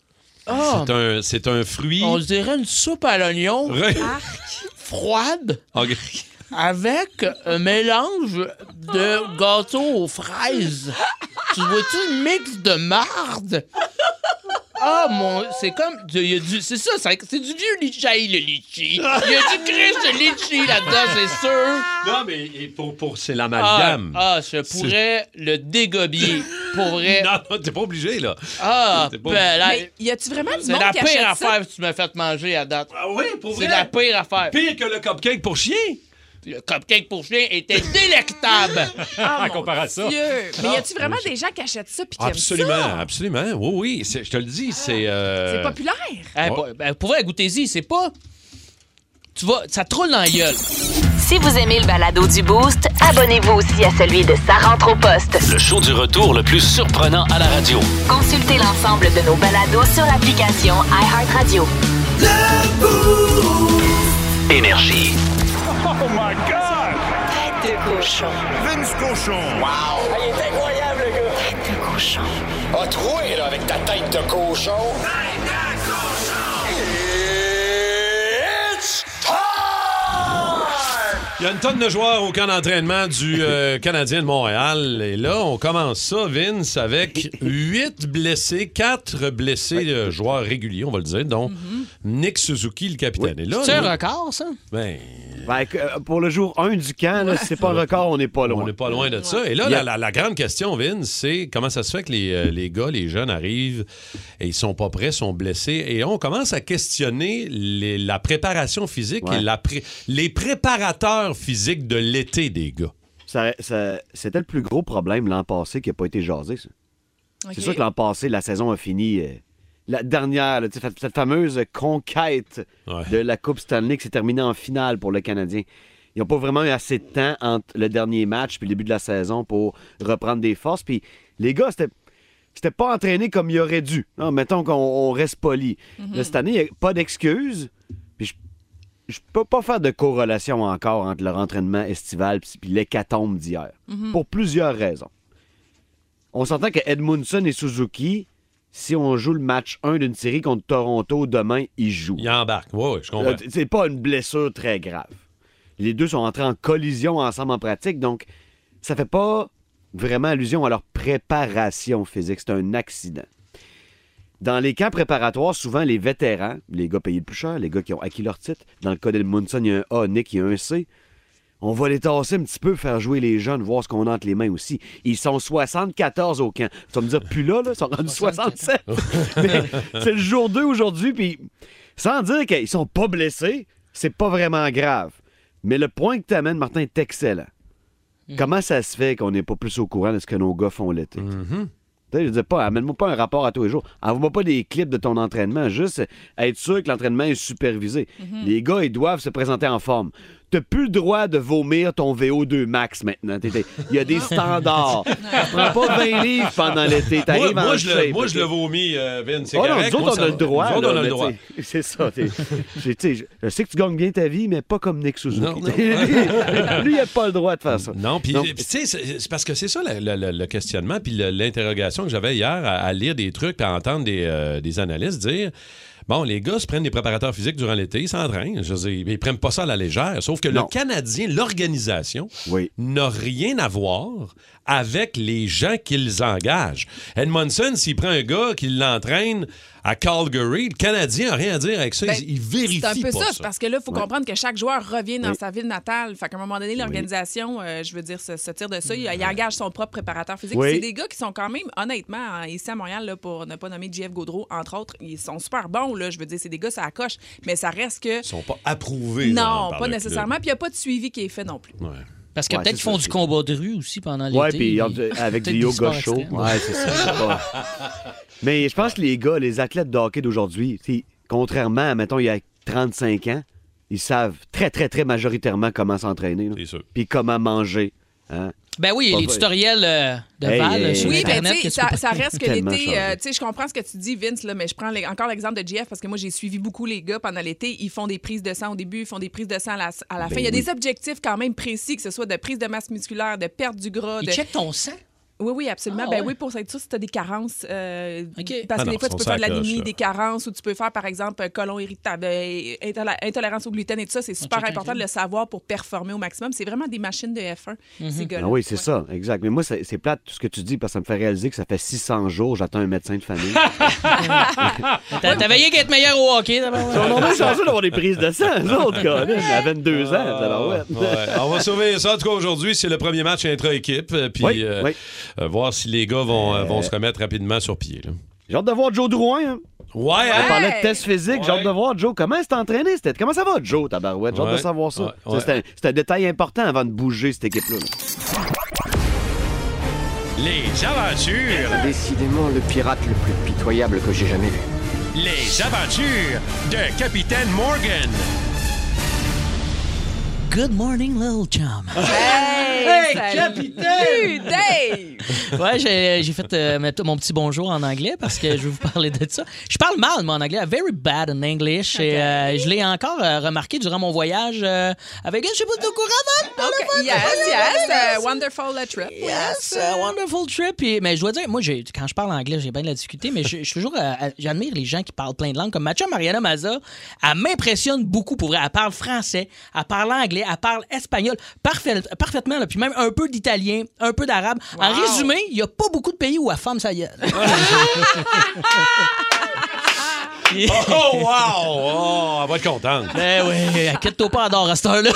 [SPEAKER 3] Oh,
[SPEAKER 2] C'est un, c'est un fruit.
[SPEAKER 3] on dirait une soupe à l'oignon
[SPEAKER 2] Re-
[SPEAKER 3] froide
[SPEAKER 2] Ok.
[SPEAKER 3] avec un mélange de gâteau aux fraises. Tu vois-tu le mix de marde? Ah, mon. C'est comme. il y a du- C'est ça, c'est c'est du vieux litchi, le litchi. Il y a du Christ de litchi là-dedans, c'est sûr.
[SPEAKER 2] Non, mais et pour, pour c'est
[SPEAKER 3] Ah,
[SPEAKER 2] l'amalgame.
[SPEAKER 3] ah, je pourrais le dégobiller. Pour vrai.
[SPEAKER 2] Non, non, t'es pas obligé, là.
[SPEAKER 3] Ah,
[SPEAKER 2] C'est pas-
[SPEAKER 3] ben, là,
[SPEAKER 4] Mais y a-tu vraiment du
[SPEAKER 3] c'est
[SPEAKER 4] monde
[SPEAKER 3] la
[SPEAKER 4] qui
[SPEAKER 3] pire
[SPEAKER 4] achète ça?
[SPEAKER 3] affaire que tu m'as fait manger à date.
[SPEAKER 2] Ah oui, pour
[SPEAKER 3] C'est la pire affaire.
[SPEAKER 2] Pire que le cupcake pour chien.
[SPEAKER 3] Le cupcake pour chien était délectable.
[SPEAKER 4] Ah,
[SPEAKER 1] en comparaison.
[SPEAKER 4] Dieu! Mais y a-tu vraiment des gens qui achètent ça puis qui
[SPEAKER 2] Absolument,
[SPEAKER 4] aiment ça?
[SPEAKER 2] absolument. Oui, oui. c'est- Je te le dis, c'est. euh,
[SPEAKER 4] C'est populaire.
[SPEAKER 3] Eh,
[SPEAKER 2] Ouais.
[SPEAKER 3] ben, pour vrai, goûtez-y, c'est pas. Tu vas, ça te roule dans la gueule.
[SPEAKER 5] Si vous aimez le balado du Boost, abonnez-vous aussi à celui de Sa rentre au poste.
[SPEAKER 6] Le show du retour le plus surprenant à la radio.
[SPEAKER 5] Consultez l'ensemble de nos balados sur l'application iHeartRadio.
[SPEAKER 6] Énergie.
[SPEAKER 2] Oh,
[SPEAKER 7] Ah, A troué, là, avec ta tête de cochon. It's time!
[SPEAKER 2] Il y a une tonne de joueurs au camp d'entraînement du euh, Canadien de Montréal. Et là, on commence ça, Vince, avec huit blessés, quatre blessés euh, joueurs réguliers, on va le dire, dont Nick Suzuki, le capitaine. Et là,
[SPEAKER 3] Mhm. C'est
[SPEAKER 2] là,
[SPEAKER 3] un record, ça?
[SPEAKER 2] ben,
[SPEAKER 8] Ben, que, euh, pour le jour 1 du camp, là, si c'est pas un record, on n'est pas loin.
[SPEAKER 2] on n'est pas loin de ça. Et là, la, la- la grande question, Vince, c'est comment ça se fait que les, euh, les gars, les jeunes arrivent et ils sont pas prêts, sont blessés. Et on commence à questionner les- la préparation physique et
[SPEAKER 8] Ouais.
[SPEAKER 2] la pré- les préparateurs physiques de l'été des gars.
[SPEAKER 8] Ça- ça- C'était le plus gros problème l'an passé qui n'a pas été jasé. ça. C'est sûr que l'an passé, la saison a fini. euh, la dernière, là, tu sais, cette, cette fameuse conquête
[SPEAKER 2] Ouais.
[SPEAKER 8] de la Coupe Stanley qui s'est terminée en finale pour le Canadien. Ils n'ont pas vraiment eu assez de temps entre le dernier match puis le début de la saison pour reprendre des forces. Puis les gars, c'était. C'était pas entraîné comme il aurait dû. Non, mettons qu'on on reste poli. Là, Cette année, il n'y a pas d'excuses. Puis je, je peux pas faire de corrélation encore entre leur entraînement estival puis puis l'hécatombe d'hier. Pour plusieurs raisons. On s'entend que Edmundson et Suzuki, si on joue le match 1 d'une série contre Toronto, demain, ils jouent.
[SPEAKER 2] Ils embarquent. Oui, oui, je comprends.
[SPEAKER 8] Là, t- C'est pas une blessure très grave. Les deux sont entrés en collision ensemble en pratique, donc ça fait pas vraiment allusion à leur préparation physique. C'est un accident. Dans les camps préparatoires, souvent, les vétérans, les gars payés le plus cher, les gars qui ont acquis leur titre, dans le cas d'Edmundson, il y a un A, Nick, il y a un C. On va les tasser un petit peu, faire jouer les jeunes, voir ce qu'on a entre les mains aussi. Ils sont 74 au camp. Tu vas me dire, plus là, là, ils sont rendus 67. Mais c'est le jour 2 aujourd'hui, puis sans dire qu'ils sont pas blessés, c'est pas vraiment grave. Mais le point que tu amènes, Martin, est excellent. Comment ça se fait qu'on n'est pas plus au courant de ce que nos gars font l'été?
[SPEAKER 2] Mm-hmm.
[SPEAKER 8] Tu sais, Je dis pas, amène-moi pas un rapport à tous les jours. Envoie-moi pas des clips de ton entraînement. Juste être sûr que l'entraînement est supervisé. Les gars, ils doivent se présenter en forme. T'as plus le droit de vomir ton VO2 max maintenant. T'es- t'es- Il y a des standards. Prends pas 20 livres pendant l'été.
[SPEAKER 2] Moi,
[SPEAKER 8] T'arrives
[SPEAKER 2] moi,
[SPEAKER 8] en
[SPEAKER 2] je,
[SPEAKER 8] shape,
[SPEAKER 2] le, moi,
[SPEAKER 8] ok?
[SPEAKER 2] je le vomis, euh, Vin. C'est
[SPEAKER 8] Oh non,
[SPEAKER 2] correct.
[SPEAKER 8] nous
[SPEAKER 2] Moi,
[SPEAKER 8] autres,
[SPEAKER 2] ça
[SPEAKER 8] on a le
[SPEAKER 2] va.
[SPEAKER 8] droit.
[SPEAKER 2] Nous autres,
[SPEAKER 8] là,
[SPEAKER 2] on a le
[SPEAKER 8] mais
[SPEAKER 2] droit.
[SPEAKER 8] t'sais, C'est ça. t'es- j'ai- t'sais, je, je sais que tu gagnes bien ta vie, mais pas comme Nick Suzuki.
[SPEAKER 2] Non, non.
[SPEAKER 8] lui, il n'a pas le droit de faire ça.
[SPEAKER 2] Non, puis
[SPEAKER 8] Donc-
[SPEAKER 2] tu sais, c'est c'est parce que c'est ça le, le- le- le questionnement, puis le- l'interrogation que j'avais hier à, à lire des trucs, puis à entendre des, euh, des analystes dire. Bon, les gars se prennent des préparateurs physiques durant l'été, ils s'entraînent. Je veux dire, ils prennent pas ça à la légère. Sauf que
[SPEAKER 8] Non.
[SPEAKER 2] le Canadien, l'organisation,
[SPEAKER 8] Oui.
[SPEAKER 2] n'a rien à voir avec les gens qu'ils engagent. Edmondson, s'il prend un gars qui l'entraîne à Calgary, le Canadien n'a rien à dire avec ça.
[SPEAKER 4] Ben,
[SPEAKER 2] il, il vérifie
[SPEAKER 4] C'est un peu
[SPEAKER 2] pas
[SPEAKER 4] ça,
[SPEAKER 2] ça.
[SPEAKER 4] c'est parce que là, il faut comprendre que chaque joueur revient dans
[SPEAKER 8] Oui.
[SPEAKER 4] sa ville natale. Fait qu'à un moment donné, l'organisation, euh, je veux dire, se, se tire de ça. Il, il engage son propre préparateur physique.
[SPEAKER 8] Oui.
[SPEAKER 4] C'est des gars qui sont quand même, honnêtement, hein, ici à Montréal, là, pour ne pas nommer JF Gaudreau, entre autres, ils sont super bons. Là, je veux dire, c'est des gars, ça coche. Mais ça reste que.
[SPEAKER 2] Ils sont pas approuvés.
[SPEAKER 4] Non,
[SPEAKER 2] genre, par
[SPEAKER 4] pas
[SPEAKER 2] le club.
[SPEAKER 4] nécessairement. Puis il n'y a pas de suivi qui est fait non plus.
[SPEAKER 2] Ouais.
[SPEAKER 3] Parce que
[SPEAKER 8] Ouais,
[SPEAKER 3] peut-être
[SPEAKER 8] c'est
[SPEAKER 3] qu'ils font
[SPEAKER 8] ça,
[SPEAKER 3] du
[SPEAKER 8] c'est-
[SPEAKER 3] combat de rue aussi pendant l'été.
[SPEAKER 8] Ouais, puis en-
[SPEAKER 3] puis
[SPEAKER 8] avec
[SPEAKER 3] peut-être
[SPEAKER 8] du yoga
[SPEAKER 3] sports
[SPEAKER 8] chaud.
[SPEAKER 3] extrêmes.
[SPEAKER 8] Ouais, c'est ça. c'est pas-
[SPEAKER 3] Ah
[SPEAKER 8] Mais je pense que les gars, les athlètes de hockey d'aujourd'hui, t'sais, contrairement à, mettons, il y a 35 ans, ils savent très, très, très majoritairement comment s'entraîner. là.
[SPEAKER 2] C'est sûr.
[SPEAKER 8] Puis comment manger. hein.
[SPEAKER 3] Ben oui,
[SPEAKER 8] Pas
[SPEAKER 3] les
[SPEAKER 8] vrai.
[SPEAKER 3] tutoriels euh, de
[SPEAKER 8] Hey,
[SPEAKER 3] Val
[SPEAKER 8] hey,
[SPEAKER 3] sur
[SPEAKER 8] hey.
[SPEAKER 4] Oui, mais
[SPEAKER 3] Internet.
[SPEAKER 4] tu sais,
[SPEAKER 3] que tu
[SPEAKER 4] ça,
[SPEAKER 3] peux-
[SPEAKER 4] ça reste que
[SPEAKER 8] Tellement
[SPEAKER 4] l'été,
[SPEAKER 8] changé.
[SPEAKER 4] euh, tu sais, je comprends ce que tu dis, Vince, là, mais je prends les- encore l'exemple de JF parce que moi, j'ai suivi beaucoup les gars pendant l'été. Ils font des prises de sang au début, ils font des prises de sang à la, à
[SPEAKER 2] Ben
[SPEAKER 4] la fin. Il y a des objectifs quand même précis, que ce soit de prise de masse musculaire, de perte du gras.
[SPEAKER 3] Ils
[SPEAKER 4] de-
[SPEAKER 3] checkent ton sang.
[SPEAKER 4] Oui, oui, absolument.
[SPEAKER 3] Ah,
[SPEAKER 4] ben
[SPEAKER 3] ouais.
[SPEAKER 4] oui, pour ça, si tu as des carences, euh,
[SPEAKER 3] OK.
[SPEAKER 4] parce
[SPEAKER 2] Ah
[SPEAKER 4] que
[SPEAKER 2] non,
[SPEAKER 4] des fois,
[SPEAKER 2] son
[SPEAKER 4] tu peux faire de
[SPEAKER 2] sac, là,
[SPEAKER 4] l'anémie,
[SPEAKER 2] je-
[SPEAKER 4] des carences, ou tu peux faire, par exemple, un colon irritable, euh, intola- intolérance au gluten et tout ça. C'est super
[SPEAKER 3] check un
[SPEAKER 4] important de
[SPEAKER 3] gène.
[SPEAKER 4] le savoir pour performer au maximum. C'est vraiment des machines de F1,
[SPEAKER 3] Mhm.
[SPEAKER 2] Ben
[SPEAKER 4] ces gars-là.
[SPEAKER 8] Ah oui, c'est
[SPEAKER 4] Ouais.
[SPEAKER 8] ça, exact. Mais moi, c'est c'est plate tout ce que tu dis parce que ça me fait réaliser que ça fait 600 jours j'attends un médecin de famille.
[SPEAKER 3] T'as t'as veillé qu'à être meilleur au hockey, d'abord.
[SPEAKER 8] Ils sont bien chanceux d'avoir des prises de sang, eux autres, Colin, à 22 ans.
[SPEAKER 2] Ah,
[SPEAKER 8] tabarouette.
[SPEAKER 2] ouais. On va surveiller ça. En tout cas, aujourd'hui, c'est le premier match intra-équipe. euh, Puis
[SPEAKER 8] Oui,
[SPEAKER 2] euh,
[SPEAKER 8] oui.
[SPEAKER 2] euh, voir si les gars vont, euh, vont se remettre rapidement sur pied. là.
[SPEAKER 8] J'ai hâte de voir Joe Drouin. hein.
[SPEAKER 2] Ouais,
[SPEAKER 8] On
[SPEAKER 2] hein?
[SPEAKER 8] parlait de test physique. J'ai
[SPEAKER 2] Ouais.
[SPEAKER 8] hâte de voir, Joe, comment s'est entraîné. C'était... Comment ça va, Joe, tabarouette? J'ai hâte
[SPEAKER 2] Ouais.
[SPEAKER 8] de savoir ça.
[SPEAKER 2] Ouais,
[SPEAKER 8] Ça,
[SPEAKER 2] ouais.
[SPEAKER 8] C'est, un, c'est un détail important avant de bouger cette équipe-là. là.
[SPEAKER 2] Les aventures,
[SPEAKER 1] Décidément le pirate le plus pitoyable que j'ai jamais vu.
[SPEAKER 2] les aventures de Capitaine Morgan.
[SPEAKER 3] Good morning, little chum.
[SPEAKER 4] Hey, salut,
[SPEAKER 3] capitaine!
[SPEAKER 4] Dave!
[SPEAKER 3] Ouais, j'ai j'ai fait euh, ma- mon petit bonjour en anglais parce que je vais vous parler de ça. Je parle mal, moi, en anglais. Very bad in English. Et euh, je l'ai encore euh, remarqué durant mon voyage euh, avec... Je sais pas, de courant, man.
[SPEAKER 4] OK, Yes, yes, a wonderful uh, trip.
[SPEAKER 3] Yes, a wonderful trip. Et- mais je dois dire, moi, j'ai- quand je parle anglais, j'ai bien de la difficulté, mais je, je suis toujours. euh, à- J'admire les gens qui parlent plein de langues. Comme Mathieu Mariana Maza, elle m'impressionne beaucoup pour vrai. Elle parle français, elle parle anglais, elle parle espagnol parfait- parfaitement, là, puis même un peu d'italien, un peu d'arabe. En
[SPEAKER 4] Wow.
[SPEAKER 3] résumé, il n'y a pas beaucoup de pays où la femme, ça y est.
[SPEAKER 2] Oh, wow! Oh, elle va être contente.
[SPEAKER 3] Ben oui, inquiète-toi pas, adore à cette heure-là.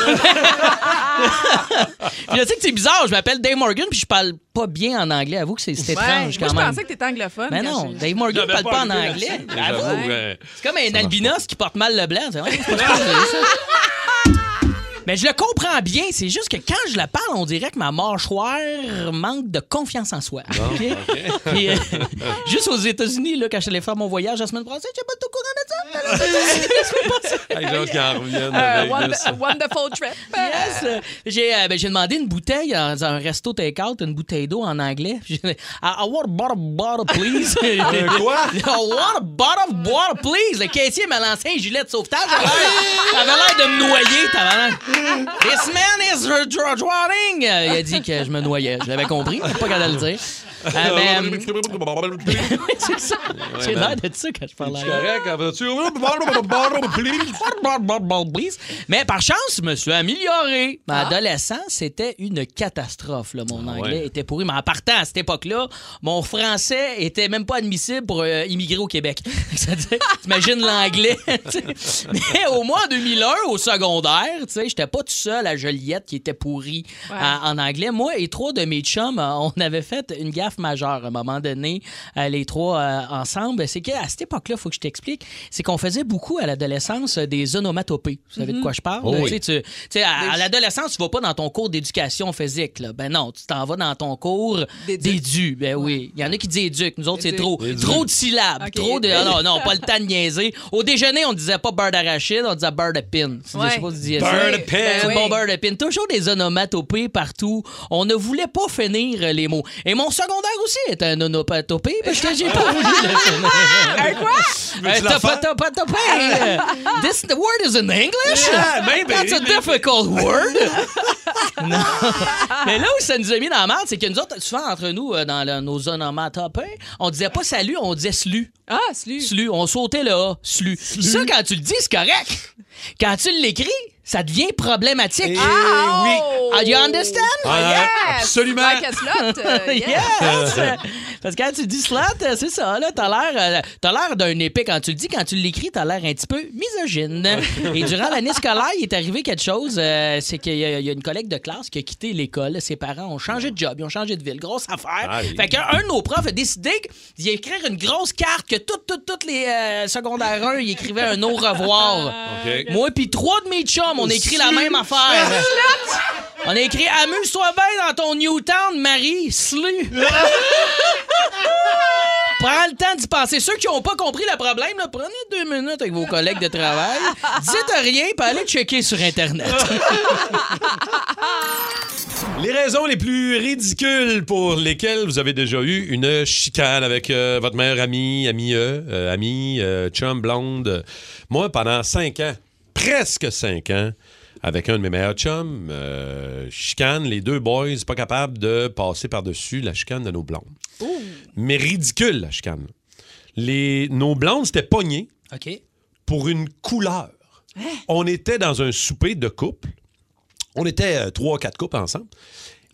[SPEAKER 3] Puis je sais que c'est bizarre, je m'appelle Dave Morgan, puis je parle pas bien en anglais. Avoue que c'est c'est
[SPEAKER 4] Ouais,
[SPEAKER 3] étrange
[SPEAKER 4] moi,
[SPEAKER 3] quand
[SPEAKER 4] je
[SPEAKER 3] même.
[SPEAKER 4] pensais que t'étais anglophone.
[SPEAKER 3] Mais
[SPEAKER 4] quand
[SPEAKER 3] non,
[SPEAKER 4] j'ai-
[SPEAKER 3] Dave Morgan
[SPEAKER 2] J'avais
[SPEAKER 3] parle pas en
[SPEAKER 2] vu la
[SPEAKER 3] anglais.
[SPEAKER 2] scène, J'avoue. euh,
[SPEAKER 3] C'est comme un albinos qui porte mal le blanc. C'est vrai, c'est pas supposé, ça. Mais je le comprends bien, c'est juste que quand je la parle, on dirait que ma mâchoire manque de confiance en soi. OK? Puis, euh, juste aux États-Unis, là, quand je suis allé faire mon voyage la semaine prochaine, j'ai pas tout courant de ça.
[SPEAKER 2] Hey, j'ai hâte qu'ils en reviennent
[SPEAKER 4] Euh,
[SPEAKER 2] de
[SPEAKER 4] wonder-
[SPEAKER 2] Vegas.
[SPEAKER 4] a wonderful trip.
[SPEAKER 3] Yes. Euh, J'ai euh, ben, j'ai demandé une bouteille dans un resto take-out, une bouteille d'eau en anglais. J'ai dit, I I want a bottle of water, please.
[SPEAKER 2] quoi?
[SPEAKER 3] I want a bottle of water, please. Le caissier m'a lancé un gilet de sauvetage. J'avais l'air- J'avais l'air de me noyer. tabarnak. This man is dr- drowning. Euh, Il a dit que je me noyais. Je l'avais compris. J'ai Pas qu'à le dire.
[SPEAKER 4] Ah,
[SPEAKER 3] Euh,
[SPEAKER 4] ben,
[SPEAKER 3] mais, euh, oui, c'est ça. J'ai
[SPEAKER 2] man.
[SPEAKER 3] l'air de ça quand je parle
[SPEAKER 2] C'est
[SPEAKER 3] anglais.
[SPEAKER 2] correct, hein, après tu-
[SPEAKER 3] Mais par chance, je me suis amélioré. Mais adolescent, c'était une catastrophe. là. Mon
[SPEAKER 2] Ah ouais.
[SPEAKER 3] anglais était pourri. Mais en partant à cette époque-là, mon français était même pas admissible pour euh, immigrer au Québec. C'est-à-dire, T'imagines l'anglais. tu sais. Mais au moins en 2001, au secondaire, tu sais, j'étais pas tout seul à Joliette qui était pourri
[SPEAKER 4] Ouais.
[SPEAKER 3] à- en anglais. Moi et trois de mes chums, euh, on avait fait une gaffe majeure à un moment donné, euh, les trois euh, ensemble. C'est qu'à cette époque-là, il faut que je t'explique, c'est qu'on faisait beaucoup à l'adolescence euh, des onomatopées. Vous savez de quoi je parle?
[SPEAKER 2] Oh
[SPEAKER 3] là?
[SPEAKER 2] oui.
[SPEAKER 3] Tu sais, tu- tu sais, à, à l'adolescence, tu vas pas dans ton cours d'éducation physique. Là. Ben non, tu t'en vas dans ton cours
[SPEAKER 4] D'éduc.
[SPEAKER 3] d'édu. Ben oui. Il y en a qui disent éduc. Nous autres, c'est
[SPEAKER 4] Éduc.
[SPEAKER 3] trop.
[SPEAKER 2] Éduc.
[SPEAKER 3] Trop de syllabes.
[SPEAKER 4] Ok.
[SPEAKER 3] Trop de. ah non, non, pas le temps de niaiser. Au déjeuner, on disait pas beurre d'arachide, on disait beurre de pin. Je
[SPEAKER 4] Ouais.
[SPEAKER 3] sais pas si tu disais ça.
[SPEAKER 2] Burn a
[SPEAKER 4] Ben
[SPEAKER 2] pin.
[SPEAKER 3] Un
[SPEAKER 4] oui.
[SPEAKER 3] bon beurre de pin. Toujours des onomatopées partout. On ne voulait pas finir euh, les mots. Et mon secondaire aussi est un onomatopée parce que j'ai pas voulu le finir.
[SPEAKER 4] Un quoi?
[SPEAKER 3] Euh,
[SPEAKER 2] Veux-tu la
[SPEAKER 3] topa-
[SPEAKER 2] faire?
[SPEAKER 3] topa- topa- euh, This the word is in English?
[SPEAKER 2] Yeah, maybe.
[SPEAKER 3] That's a difficult word. non. Mais là où ça nous a mis dans la merde, c'est que nous autres, souvent entre nous, euh, dans le- nos onomatopées, on disait pas salut, on disait slu.
[SPEAKER 4] Ah, salut.
[SPEAKER 3] Slu, on sautait le A, slu. Ça, quand tu le dis, c'est correct. Quand tu l'écris, ça devient problématique.
[SPEAKER 2] Eh Ah, oui.
[SPEAKER 3] Ah, you understand?
[SPEAKER 2] Ah,
[SPEAKER 4] Yes!
[SPEAKER 2] Absolument.
[SPEAKER 4] Like a slot, euh, yes.
[SPEAKER 3] Yes! Parce que quand tu dis slut, euh, c'est ça, là, t'as l'air, euh, t'as l'air d'un épée quand tu le dis. Quand tu l'écris, t'as l'air un petit peu misogyne. Et durant l'année scolaire, il est arrivé quelque chose. euh, c'est qu'il y, a il y a une collègue de classe qui a quitté l'école. Ses parents ont changé de job, ils ont changé de ville. Grosse affaire.
[SPEAKER 2] Aïe.
[SPEAKER 3] Fait qu'un un de nos profs a décidé d'y écrire une grosse carte que toutes, toutes, toutes les euh, secondaires 1, il écrivait un au revoir.
[SPEAKER 2] Ah. OK.
[SPEAKER 3] Moi puis trois de mes chums, on écrit la même affaire. On a écrit Amuse-toi bien dans ton Newtown, Marie, slu. Prends le temps d'y penser. Ceux qui n'ont pas compris le problème, là, prenez deux minutes avec vos collègues de travail. Dites rien, puis allez checker sur Internet.
[SPEAKER 2] Les raisons les plus ridicules pour lesquelles vous avez déjà eu une chicane avec euh, votre meilleur ami, ami E, euh, ami, euh, chum, blonde. Moi, pendant cinq ans, presque cinq ans, avec un de mes meilleurs chums. euh, chicane, les deux boys, pas capables de passer par-dessus la chicane de nos blondes. Mais ridicule, la chicane. Les, nos blondes s'étaient pognées
[SPEAKER 3] OK.
[SPEAKER 2] pour une couleur.
[SPEAKER 3] Hein?
[SPEAKER 2] On était dans un souper de couple. On était euh, trois, quatre couples ensemble.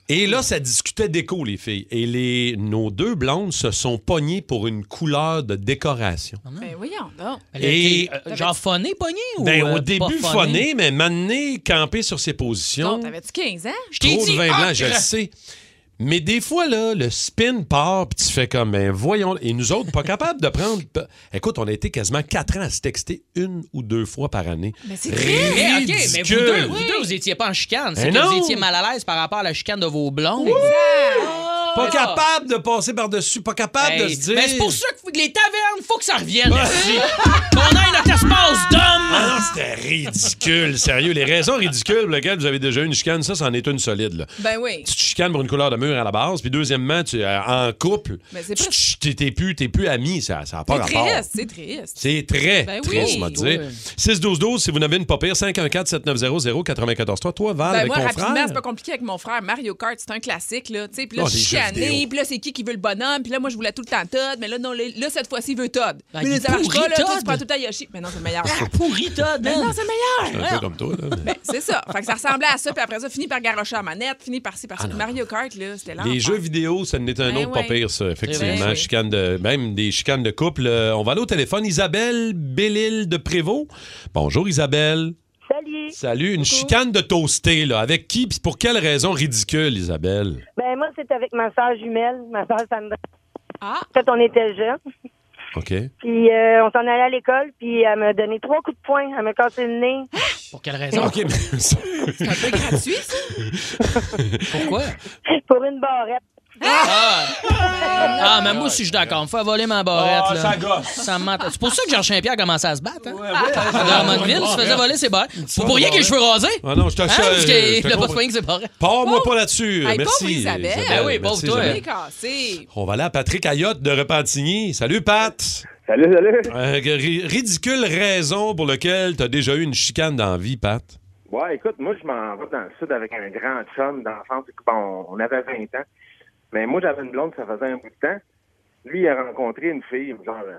[SPEAKER 2] Et là, ça discutait déco, les filles. Et les, nos deux blondes se sont pognées pour une couleur de décoration.
[SPEAKER 4] Ben voyons donc.
[SPEAKER 3] Elle a été,
[SPEAKER 2] Et-
[SPEAKER 3] euh, genre phoné, pogné ou.
[SPEAKER 2] Ben,
[SPEAKER 3] euh,
[SPEAKER 2] au
[SPEAKER 3] pas
[SPEAKER 2] début,
[SPEAKER 3] phoné?
[SPEAKER 2] phoné, mais maintenant, campé sur ses positions.
[SPEAKER 4] Non, t'avais-tu 15 ans?
[SPEAKER 3] Je t'ai
[SPEAKER 2] Trop de
[SPEAKER 3] dit.
[SPEAKER 2] vin blanc,
[SPEAKER 3] ah,
[SPEAKER 2] je le sais. Mais des fois, là, le spin part, puis tu fais comme, ben voyons. Et nous autres, pas capables de prendre. Écoute, on a été quasiment quatre ans à se texter une ou deux fois par année.
[SPEAKER 4] Mais c'est
[SPEAKER 3] Eh,
[SPEAKER 4] triste!
[SPEAKER 3] OK, mais vous
[SPEAKER 2] Ridicule.
[SPEAKER 3] deux, vous deux, vous étiez pas en chicane. C'est
[SPEAKER 2] Eh
[SPEAKER 3] que
[SPEAKER 2] non.
[SPEAKER 3] vous étiez mal à l'aise par rapport à la chicane de vos blondes.
[SPEAKER 2] Pas
[SPEAKER 3] Ah.
[SPEAKER 2] capable de passer par-dessus, pas capable de
[SPEAKER 3] Hey,
[SPEAKER 2] se dire.
[SPEAKER 3] ben, c'est pour ça que les tavernes, faut que ça revienne. ici. Qu'on ait notre espace d'homme.
[SPEAKER 2] Ah, c'était ridicule, sérieux. Les raisons ridicules pour lesquelles vous avez déjà eu une chicane, ça, c'en est une solide. Là.
[SPEAKER 4] Ben oui.
[SPEAKER 2] Tu te chicanes pour une couleur de mur à la base, puis deuxièmement, tu euh, en couple,
[SPEAKER 4] Mais c'est
[SPEAKER 2] tu-
[SPEAKER 4] pas-
[SPEAKER 2] tu- t'es t'es plus, t'es plus ami, ça n'a pas
[SPEAKER 4] C'est
[SPEAKER 2] rapport.
[SPEAKER 4] triste, c'est triste.
[SPEAKER 2] C'est très
[SPEAKER 4] Ben oui.
[SPEAKER 2] triste, on va dire.
[SPEAKER 3] Ouais.
[SPEAKER 2] 6-12-12, si vous n'avez une pas pire, 514-7900-943. Toi, Val,
[SPEAKER 4] Ben
[SPEAKER 2] Ah, avec
[SPEAKER 4] moi,
[SPEAKER 2] ton
[SPEAKER 4] rapidement,
[SPEAKER 2] frère.
[SPEAKER 4] c'est pas compliqué avec mon frère. Mario Kart, c'est un classique, là. Tu sais, puis là,
[SPEAKER 2] Oh,
[SPEAKER 4] je
[SPEAKER 2] les
[SPEAKER 4] suis
[SPEAKER 2] jeux
[SPEAKER 4] chicanée,
[SPEAKER 2] vidéo.
[SPEAKER 4] puis là, c'est qui qui veut le bonhomme, puis là, moi, je voulais tout le temps Todd, mais là, non, là, là, cette fois-ci, il veut Todd.
[SPEAKER 3] Ben,
[SPEAKER 4] mais
[SPEAKER 3] il
[SPEAKER 4] là,
[SPEAKER 3] est
[SPEAKER 4] ça marche
[SPEAKER 3] pourri,
[SPEAKER 4] pas, là, toi,
[SPEAKER 3] Todd.
[SPEAKER 4] tu prends tout le temps Yoshi. Mais non, c'est le meilleur.
[SPEAKER 3] Ah, pourri, Todd.
[SPEAKER 4] Mais non,
[SPEAKER 3] man.
[SPEAKER 4] c'est le
[SPEAKER 2] un
[SPEAKER 4] meilleur!
[SPEAKER 2] peu comme toi. là, mais-
[SPEAKER 4] Ben, c'est ça. Fait que ça ressemblait à ça, puis après ça, fini par garrocher à manette, fini par ci, par ça. Mario Kart, là, c'était l'enfer.
[SPEAKER 2] Ah, Les jeux vidéo, ça n'était un
[SPEAKER 4] Ben
[SPEAKER 2] autre
[SPEAKER 4] ouais.
[SPEAKER 2] pas pire, ça, effectivement.
[SPEAKER 4] Ben oui.
[SPEAKER 2] Chicane de, même des chicanes de couple. Euh, on va aller au téléphone. Isabelle Bellil de Prévost. Bonjour, Isabelle.
[SPEAKER 9] Salut.
[SPEAKER 2] Salut. Une chicane de toasté, là. Avec qui puis pour quelle raison ridicule, Isabelle?
[SPEAKER 9] Ben moi, c'est avec ma soeur jumelle, ma soeur Sandra.
[SPEAKER 4] Ah,
[SPEAKER 9] Quand on était jeunes,
[SPEAKER 2] OK.
[SPEAKER 9] puis euh, on s'en allait à l'école, puis elle m'a donné trois coups de poing, elle m'a cassé le nez.
[SPEAKER 3] Pour quelle raison?
[SPEAKER 2] OK, mais ça-
[SPEAKER 4] c'est un peu gratuit, ça.
[SPEAKER 3] Pourquoi?
[SPEAKER 9] Pour une barrette.
[SPEAKER 3] Ah, Ah, mais moi, si je suis d'accord, me fait voler ma barrette.
[SPEAKER 2] Ah,
[SPEAKER 3] là.
[SPEAKER 2] ça gosse.
[SPEAKER 3] Ça me mente. C'est pour ça que Jean-Pierre a commencé à se battre. Hein?
[SPEAKER 2] Ah,
[SPEAKER 3] Dans Drummondville, il se faisait voler ses barrettes. Vous pourriez qu'il ait les cheveux rasés?
[SPEAKER 2] Ah non, je te
[SPEAKER 3] Hein? Parce
[SPEAKER 2] je
[SPEAKER 3] qu'il
[SPEAKER 2] te
[SPEAKER 3] n'a pas de
[SPEAKER 2] comprends.
[SPEAKER 3] poignet que ses barrettes.
[SPEAKER 2] Pars-moi pas là-dessus. euh,
[SPEAKER 4] Hey,
[SPEAKER 2] Merci.
[SPEAKER 4] pauvre Isabelle.
[SPEAKER 3] Ah oui, pauvre
[SPEAKER 2] Merci,
[SPEAKER 3] toi.
[SPEAKER 4] Il
[SPEAKER 2] Isabelle.
[SPEAKER 4] est cassé.
[SPEAKER 2] On va aller à Patrick Ayotte de Repentigny. Salut, Pat.
[SPEAKER 10] Salut, salut.
[SPEAKER 2] Euh, ri- ridicule raison pour laquelle tu as déjà eu une chicane dans la vie, Pat.
[SPEAKER 10] Ouais, écoute, moi, je m'en vais dans le sud avec un grand chum d'enfance. Bon, on avait 20 ans. Mais moi, j'avais une blonde, ça faisait un bout de temps. Lui, il a rencontré une fille, genre, euh,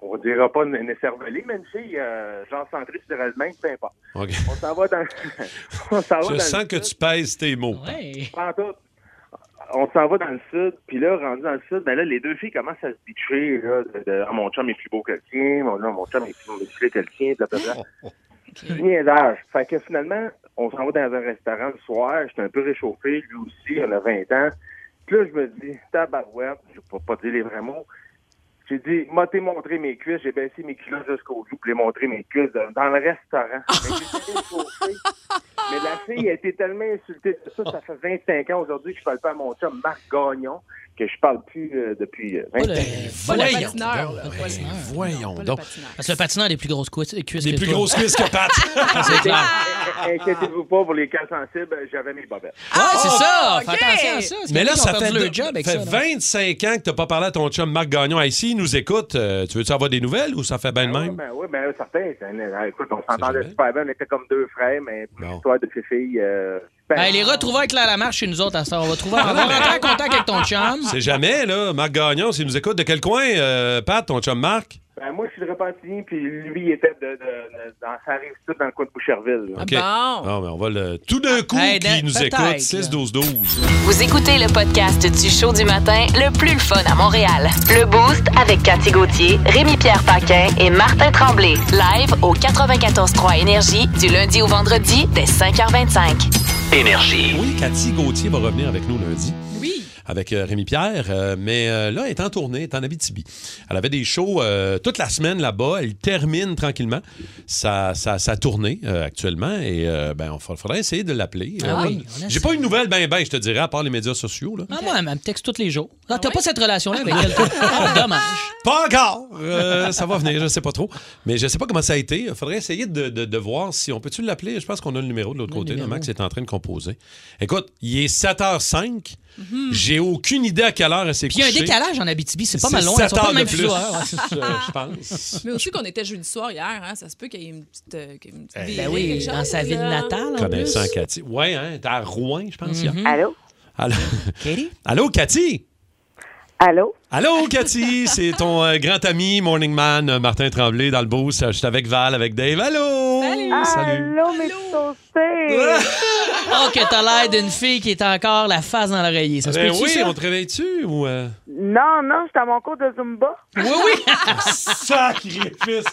[SPEAKER 10] on dira pas une, une écervelée, mais une fille, euh, genre, centrée sur elle-même, peu importe.
[SPEAKER 2] OK.
[SPEAKER 10] On s'en va dans. on s'en va dans
[SPEAKER 2] Je
[SPEAKER 10] le
[SPEAKER 2] sens
[SPEAKER 10] sud.
[SPEAKER 2] que tu pèses tes mots.
[SPEAKER 3] Ouais.
[SPEAKER 10] Pas en tout. On s'en va dans le sud, puis là, rendu dans le sud, ben là, les deux filles commencent à se bitcher, là, de, de, Ah, mon chum est plus beau que le tien, mon, non, mon chum est plus musclé que le tien, blablabla. Du niaisage. Fait que finalement, on s'en va dans un restaurant le soir, j'étais un peu réchauffé, lui aussi, on a 20 ans. Puis là, je me dis, tabarouette, je peux pas dire les vrais mots. J'ai dit, m'a t'es montré mes cuisses, j'ai baissé mes culottes jusqu'au cou, puis j'ai montré mes cuisses dans, dans le restaurant. Mais j'étais réchauffé. Mais la fille a été tellement insultée de ça, ça fait 25 ans aujourd'hui que je parle pas à mon chum Marc Gagnon, que je parle plus euh, depuis euh, 20
[SPEAKER 3] Pas
[SPEAKER 10] ans.
[SPEAKER 3] le,
[SPEAKER 4] Pas le
[SPEAKER 3] voyons
[SPEAKER 4] patineur,
[SPEAKER 3] donc.
[SPEAKER 4] là.
[SPEAKER 3] Pas le
[SPEAKER 4] Pas le-
[SPEAKER 3] patineur.
[SPEAKER 2] Voyons
[SPEAKER 4] pas le
[SPEAKER 2] donc.
[SPEAKER 4] patineur.
[SPEAKER 3] Parce que le patineur a des plus grosses cui- cuisses
[SPEAKER 2] Des
[SPEAKER 3] que
[SPEAKER 2] plus
[SPEAKER 3] toi. Ah,
[SPEAKER 2] grosses cuisses que Pat.
[SPEAKER 3] C'est clair.
[SPEAKER 10] In- Inquiétez-vous pas pour les cas sensibles, j'avais mes bobettes.
[SPEAKER 2] Ah,
[SPEAKER 3] Ah
[SPEAKER 10] Ah,
[SPEAKER 3] Ouais, c'est ça.
[SPEAKER 4] ok.
[SPEAKER 3] Fais attention à ça. C'est
[SPEAKER 2] Mais
[SPEAKER 3] pas
[SPEAKER 2] là,
[SPEAKER 3] qu'ils ont
[SPEAKER 2] ça
[SPEAKER 3] perdu
[SPEAKER 2] fait,
[SPEAKER 3] leur
[SPEAKER 2] deux-
[SPEAKER 3] job avec
[SPEAKER 2] fait
[SPEAKER 3] ça, là.
[SPEAKER 2] 25 ans que t'as pas parlé à ton chum Marc Gagnon. Hey, S'il nous écoute, euh, tu veux-tu avoir des nouvelles ou ça fait bien de
[SPEAKER 10] Oui,
[SPEAKER 2] même?
[SPEAKER 10] ben, ouais, ben, certain. c'est un- Écoute, on
[SPEAKER 2] jamais.
[SPEAKER 10] s'entendait super bien, on était comme deux frères, mais pour
[SPEAKER 2] Bon.
[SPEAKER 10] l'histoire de ces filles. Euh, ben,
[SPEAKER 3] Ben, les retrouvailles Claire Lamarche chez nous autres à ça. On va trouver. On va rentrer en contact avec ton chum. Ah,
[SPEAKER 2] C'est jamais, là. Marc Gagnon, s'il nous écoute, de quel coin, euh, Pat, ton chum Marc?
[SPEAKER 10] ben, moi, je suis de Repentigny, puis lui, il était de, de, de- dans sa rive sud, dans le coin de Boucherville. là.
[SPEAKER 2] OK.
[SPEAKER 11] Ah,
[SPEAKER 4] bon.
[SPEAKER 2] Non, mais on va le. Tout d'un coup,
[SPEAKER 3] Ah, Hey,
[SPEAKER 2] qui nous
[SPEAKER 3] peut-être, là.
[SPEAKER 2] écoute, 6-12-12.
[SPEAKER 5] Vous écoutez le podcast du show du matin le plus le fun à Montréal. Le Boost avec Cathy Gauthier, Rémi-Pierre Paquin et Martin Tremblay. Live au 94.3 Énergie du lundi au vendredi dès 5h25.
[SPEAKER 6] Énergie.
[SPEAKER 2] Oui, Cathy Gauthier va revenir avec nous lundi.
[SPEAKER 4] Oui.
[SPEAKER 2] avec euh, Rémi Pierre, euh, mais euh, là, elle est en tournée, elle est en Abitibi. Elle avait des shows euh, toute la semaine là-bas. Elle termine tranquillement sa, sa, sa tournée euh, actuellement et euh, ben, il faudrait essayer de l'appeler.
[SPEAKER 3] Ah
[SPEAKER 2] Euh,
[SPEAKER 3] oui, on
[SPEAKER 2] J'ai pas eu de nouvelles, ben, ben, je te dirais, à part les médias sociaux. Là.
[SPEAKER 3] Ah, moi, elle me texte tous les jours. Ah, T'as pas cette relation-là avec elle. toi? Ah, Dommage.
[SPEAKER 2] Pas encore! Euh, ça va venir, je sais pas trop. Mais je sais pas comment ça a été. Il faudrait essayer de, de- de voir si on peut-tu l'appeler. Je pense qu'on a le numéro de l'autre côté. là,
[SPEAKER 3] numéro.
[SPEAKER 2] Max est en train de composer. Écoute, il est 7h05. J'ai aucune idée à quelle heure elle s'est
[SPEAKER 3] Mhm. Puis il y a un
[SPEAKER 2] couchée.
[SPEAKER 3] décalage en Abitibi, c'est pas mal long.
[SPEAKER 2] C'est
[SPEAKER 3] elles sont pas
[SPEAKER 2] sept heures
[SPEAKER 3] le même
[SPEAKER 2] de
[SPEAKER 3] fuseau
[SPEAKER 2] plus.
[SPEAKER 3] horaire, ouais, c'est ça.
[SPEAKER 2] euh, Je- je pense.
[SPEAKER 12] Mais aussi qu'on était jeudi soir hier, hein, ça se peut qu'il y ait une petite. euh, qu'il y ait une petite
[SPEAKER 2] Hey.
[SPEAKER 12] virée,
[SPEAKER 2] Ben oui,
[SPEAKER 12] quelque
[SPEAKER 3] dans
[SPEAKER 12] chose,
[SPEAKER 3] sa ville
[SPEAKER 12] là.
[SPEAKER 3] natale, Mm-hmm.
[SPEAKER 2] Connaissant Cathy. Oui, hein, t'es à Rouen, je pense. hier.
[SPEAKER 9] Allô?
[SPEAKER 2] Allô? Allô, Cathy?
[SPEAKER 9] Allô?
[SPEAKER 2] Allô, Cathy, c'est ton euh, grand ami, Morning Man, euh, Martin Tremblay, dans le boost. Je suis avec Val, avec Dave. Allô!
[SPEAKER 9] Allô, mes saucés!
[SPEAKER 3] Oh, que t'as l'air d'une fille qui est encore la face dans l'oreiller. Ça se
[SPEAKER 2] Ben
[SPEAKER 3] peut-tu,
[SPEAKER 2] oui,
[SPEAKER 3] ça?
[SPEAKER 2] on te réveille-tu ou... euh?
[SPEAKER 9] Non, non, j'étais à mon cours de Zumba. Ah,
[SPEAKER 3] Oui, oui!
[SPEAKER 2] Sacrifice!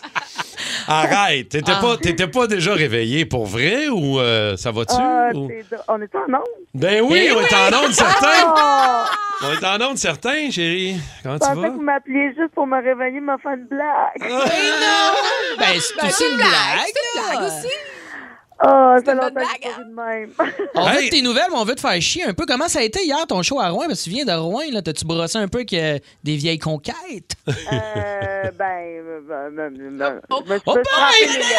[SPEAKER 2] Arrête! T'étais
[SPEAKER 9] Ah.
[SPEAKER 2] pas, t'étais pas déjà réveillé pour vrai ou euh, ça va-tu?
[SPEAKER 9] Ah,
[SPEAKER 2] ou-
[SPEAKER 9] t'es drôle. on est en onde?
[SPEAKER 2] Ben oui,
[SPEAKER 9] Eh
[SPEAKER 2] on est en
[SPEAKER 9] oui!
[SPEAKER 2] onde certain!
[SPEAKER 9] Ah!
[SPEAKER 2] On est en onde certain, chérie. Comment
[SPEAKER 9] Je
[SPEAKER 2] Ah, tu
[SPEAKER 9] pensais
[SPEAKER 2] vas?
[SPEAKER 9] que vous m'appeliez juste pour me réveiller, me faire une blague.
[SPEAKER 3] Ben, c'est aussi une blague.
[SPEAKER 12] blague aussi.
[SPEAKER 9] Ah,
[SPEAKER 12] C'est
[SPEAKER 9] ça
[SPEAKER 12] une
[SPEAKER 9] longtemps
[SPEAKER 12] bonne
[SPEAKER 9] que j'ai pas vu de même.
[SPEAKER 3] On veut de tes nouvelles, mais on veut te faire chier un peu. Comment ça a été hier ton show à Rouen? Parce que tu viens de Rouen, là. T'as-tu brossé un peu que des vieilles conquêtes?
[SPEAKER 9] Euh, ben, ben, ben, ben, ben,
[SPEAKER 12] Oh,
[SPEAKER 9] je me
[SPEAKER 3] oh,
[SPEAKER 9] suis frappé
[SPEAKER 3] boy!
[SPEAKER 9] les lèvres.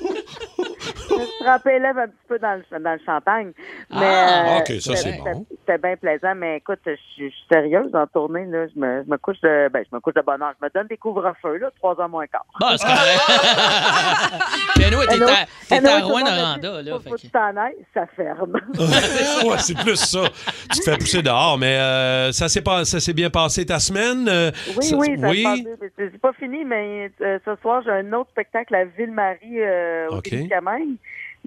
[SPEAKER 9] Je me suis frappé les lèvres un petit peu dans le, dans le champagne. Mais,
[SPEAKER 2] Ah,
[SPEAKER 9] euh,
[SPEAKER 2] ok, ça, c'est
[SPEAKER 9] c'était-
[SPEAKER 2] bon.
[SPEAKER 9] C'était bien plaisant, mais écoute, je suis je suis sérieuse en tournée. Là. Je, me, je me couche de ben, je me couche de bonne heure. Je me donne des couvre-feux, là, 3 heures moins quart.
[SPEAKER 3] Bon, c'est correct. Puis, anyway, t'es à, t'es à Rouen-Noranda,
[SPEAKER 9] Rouen-Noranda,
[SPEAKER 3] là.
[SPEAKER 9] Faut que tu t'en ailles, ça ferme.
[SPEAKER 2] Ouais, c'est plus ça. Tu te fais pousser dehors, mais euh, ça s'est pas- ça s'est bien passé ta semaine. euh,
[SPEAKER 9] Oui,
[SPEAKER 2] ça-
[SPEAKER 9] oui, ça se passe bien. C'est- C'est pas fini, mais euh, ce soir, j'ai un autre spectacle à Ville-Marie euh, au
[SPEAKER 2] OK.
[SPEAKER 9] Témiscamingue.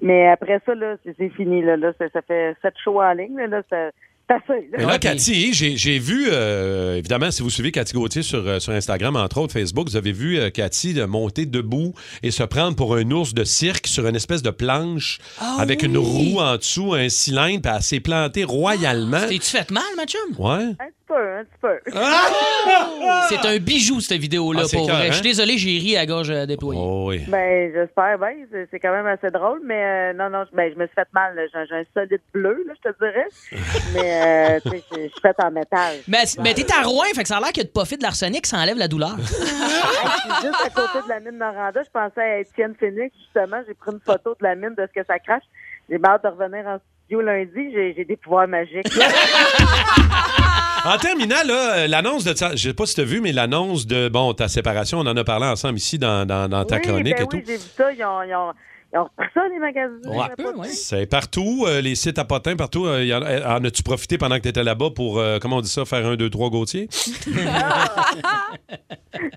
[SPEAKER 9] Mais après ça, là, c'est c'est fini. Là, là, ça, ça fait sept shows en ligne. Là, là, ça- c'est assez.
[SPEAKER 2] Mais là, Cathy, j'ai j'ai vu, euh, évidemment, si vous suivez Cathy Gauthier sur, euh, sur Instagram, entre autres, Facebook, vous avez vu euh, Cathy de monter debout et se prendre pour un ours de cirque sur une espèce de planche
[SPEAKER 3] Ah
[SPEAKER 2] avec
[SPEAKER 3] oui! Ah,
[SPEAKER 2] une roue en dessous, un cylindre, puis elle s'est plantée royalement.
[SPEAKER 3] T'es-tu fait mal, ma chum?
[SPEAKER 9] Un
[SPEAKER 2] Ouais.
[SPEAKER 9] petit peu, un petit peu.
[SPEAKER 3] C'est un bijou, cette vidéo-là,
[SPEAKER 2] Ah, c'est
[SPEAKER 3] pour
[SPEAKER 2] cœur,
[SPEAKER 3] vrai. Je
[SPEAKER 2] hein?
[SPEAKER 3] suis désolé, j'ai ri à gorge euh, déployée.
[SPEAKER 2] Oh oui.
[SPEAKER 9] Ben, j'espère bien. C'est- C'est quand même assez drôle, mais euh, non, non, je- ben, je me suis fait mal. là. J'ai j'ai un solide bleu, là, je te dirais. mais euh, tu sais, je je suis faite en métal.
[SPEAKER 3] Mais, mais t'es à Rouen, fait que ça a l'air qu'il y a de pas fait de l'arsenic, ça enlève la douleur.
[SPEAKER 9] Hey, je suis juste à côté de la mine Noranda. Je pensais à Étienne Phoenix, justement. J'ai pris une photo de la mine de ce que ça crache. J'ai bien hâte de revenir en studio lundi. J'ai j'ai des pouvoirs magiques.
[SPEAKER 2] En terminant, là, euh, l'annonce de ta... Je sais pas si tu as vu, mais l'annonce de bon, ta séparation, on en a parlé ensemble ici dans, dans- dans ta
[SPEAKER 9] oui,
[SPEAKER 2] chronique
[SPEAKER 9] ben
[SPEAKER 2] et
[SPEAKER 9] oui,
[SPEAKER 2] tout.
[SPEAKER 9] j'ai vu ça. Ils ont, ils ont, ils ont repris ça, les magazines.
[SPEAKER 2] Ouais.
[SPEAKER 9] Je sais pas.
[SPEAKER 2] C'est partout, euh, les sites à potins, partout. euh, y en, euh, en as-tu profité pendant que tu étais là-bas pour, euh, comment on dit ça, faire un, deux, trois Gauthier?